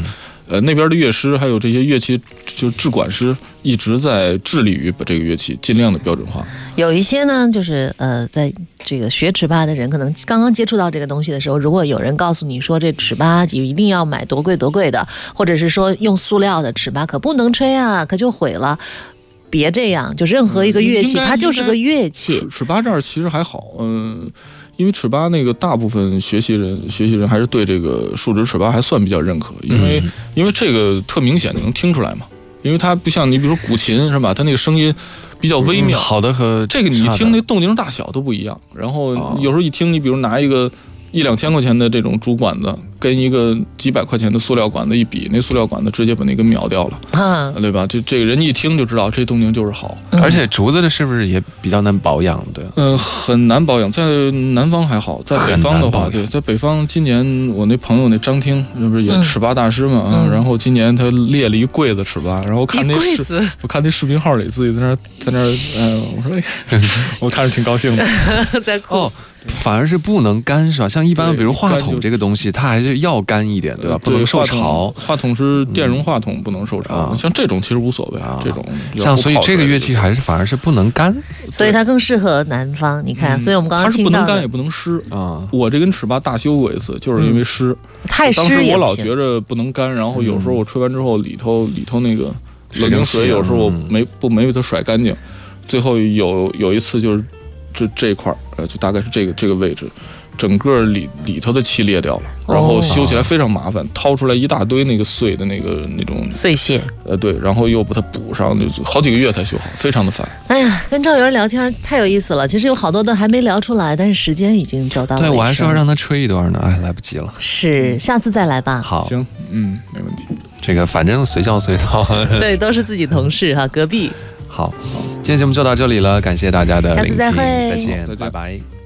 [SPEAKER 3] 呃，那边的乐师还有这些乐器就制管师一直在致力于把这个乐器尽量的标准化。
[SPEAKER 2] 有一些呢，就是呃，在这个学尺八的人，可能刚刚接触到这个东西的时候，如果有人告诉你说这尺八就一定要买多贵多贵的，或者是说用塑料的尺八可不能吹啊，可就毁了。别这样，就任何一个乐器，
[SPEAKER 3] 应该
[SPEAKER 2] 它就是个乐器
[SPEAKER 3] 尺。尺八这儿其实还好，嗯、因为尺八那个大部分学习人学习人还是对这个数值尺八还算比较认可，因为、
[SPEAKER 1] 嗯
[SPEAKER 3] 因为这个特明显，你能听出来嘛。因为它不像你，比如说古琴是吧？它那个声音比较微妙，
[SPEAKER 1] 嗯好的和
[SPEAKER 3] 这个你一
[SPEAKER 1] 差的
[SPEAKER 3] 听那动静大小都不一样。然后
[SPEAKER 1] 哦
[SPEAKER 3] 有时候一听，你比如拿一个一两千块钱的这种竹管子，跟一个几百块钱的塑料管子一比，那塑料管子直接把那个秒掉了，
[SPEAKER 2] 啊，
[SPEAKER 3] 对吧？就这个人一听就知道这动静就是好。
[SPEAKER 2] 嗯
[SPEAKER 1] 而且竹子的是不是也比较难保养？对，
[SPEAKER 3] 嗯，很难保养，在南方还好，在北方的
[SPEAKER 1] 很难保
[SPEAKER 3] 话，
[SPEAKER 1] 养
[SPEAKER 3] 对，在北方今年我那朋友那张听，这不是也
[SPEAKER 2] 嗯
[SPEAKER 3] 尺八大师嘛啊
[SPEAKER 2] 嗯，
[SPEAKER 3] 然后今年他列了一柜子尺八，然后看那视，
[SPEAKER 2] 子， *laughs*
[SPEAKER 3] 我看那视频号里自己在那儿在那儿，嗯，我说 *laughs* 哎，我看着挺高兴的，
[SPEAKER 2] 在
[SPEAKER 1] 哦，反而是不能干是吧？像一般
[SPEAKER 3] 对
[SPEAKER 1] 比如话
[SPEAKER 3] 干
[SPEAKER 1] 筒
[SPEAKER 3] 就
[SPEAKER 1] 这个东西，它还是要干一点， *laughs* 呃对吧？不能
[SPEAKER 3] 对
[SPEAKER 1] 受
[SPEAKER 3] 话筒
[SPEAKER 1] 潮。
[SPEAKER 3] 话筒是电容话筒，不能受潮
[SPEAKER 1] 啊。
[SPEAKER 3] 像这种其实无所谓
[SPEAKER 1] 啊，
[SPEAKER 3] 这种要
[SPEAKER 1] 像
[SPEAKER 3] 不
[SPEAKER 1] 所以
[SPEAKER 3] 泡
[SPEAKER 1] 这个
[SPEAKER 3] 水
[SPEAKER 1] 乐
[SPEAKER 3] 就
[SPEAKER 1] 器
[SPEAKER 3] 行
[SPEAKER 1] 还是反而是不能干
[SPEAKER 2] 所以它更适合南方。你看，
[SPEAKER 3] 嗯
[SPEAKER 2] 所以我们刚
[SPEAKER 3] 它
[SPEAKER 2] 刚
[SPEAKER 3] 是不
[SPEAKER 2] 听
[SPEAKER 3] 能
[SPEAKER 2] 到
[SPEAKER 3] 干也
[SPEAKER 2] 的
[SPEAKER 3] 不能湿。
[SPEAKER 1] 啊。
[SPEAKER 3] 我这根尺八大修过一次，就是因
[SPEAKER 1] 嗯
[SPEAKER 3] 为湿。
[SPEAKER 2] 太
[SPEAKER 3] 当时
[SPEAKER 2] 湿也
[SPEAKER 3] 我
[SPEAKER 2] 不
[SPEAKER 3] 老
[SPEAKER 2] 行。
[SPEAKER 3] 觉着不能干，然后有时候我吹完之后，里头里头那个
[SPEAKER 1] 嗯水
[SPEAKER 3] 冷
[SPEAKER 1] 蒸
[SPEAKER 3] 凝
[SPEAKER 1] 气啊
[SPEAKER 3] 水，有时候我
[SPEAKER 1] 嗯
[SPEAKER 3] 没不没给它甩干净。最后有有一次就是这这块儿，呃，就大概是这个这个位置，整个里里头的气裂掉了，然后
[SPEAKER 2] 哦
[SPEAKER 3] 修起来非常麻烦，掏出来一大堆那个碎的那个那种，
[SPEAKER 2] 碎屑，
[SPEAKER 3] 呃，对，然后又把它补上，就好几个月才修好，非常的烦。
[SPEAKER 2] 哎呀，跟赵源聊天太有意思了。其实有好多都还没聊出来，但是时间已经走到
[SPEAKER 1] 对，
[SPEAKER 2] 尾
[SPEAKER 1] 我还
[SPEAKER 2] 声
[SPEAKER 1] 说让他吹一段呢，哎，来不及了。
[SPEAKER 2] 是，下次再来吧。
[SPEAKER 1] 好，
[SPEAKER 3] 行，嗯，没问题。
[SPEAKER 1] 这个反正随叫随到。 *laughs*
[SPEAKER 2] 对，都是自己同事哈，隔壁。
[SPEAKER 1] 好，今天节目就到这里了，感谢大家的
[SPEAKER 2] 下次
[SPEAKER 1] 聆听，
[SPEAKER 2] 再会
[SPEAKER 1] 再见，
[SPEAKER 3] 再见
[SPEAKER 1] 拜拜。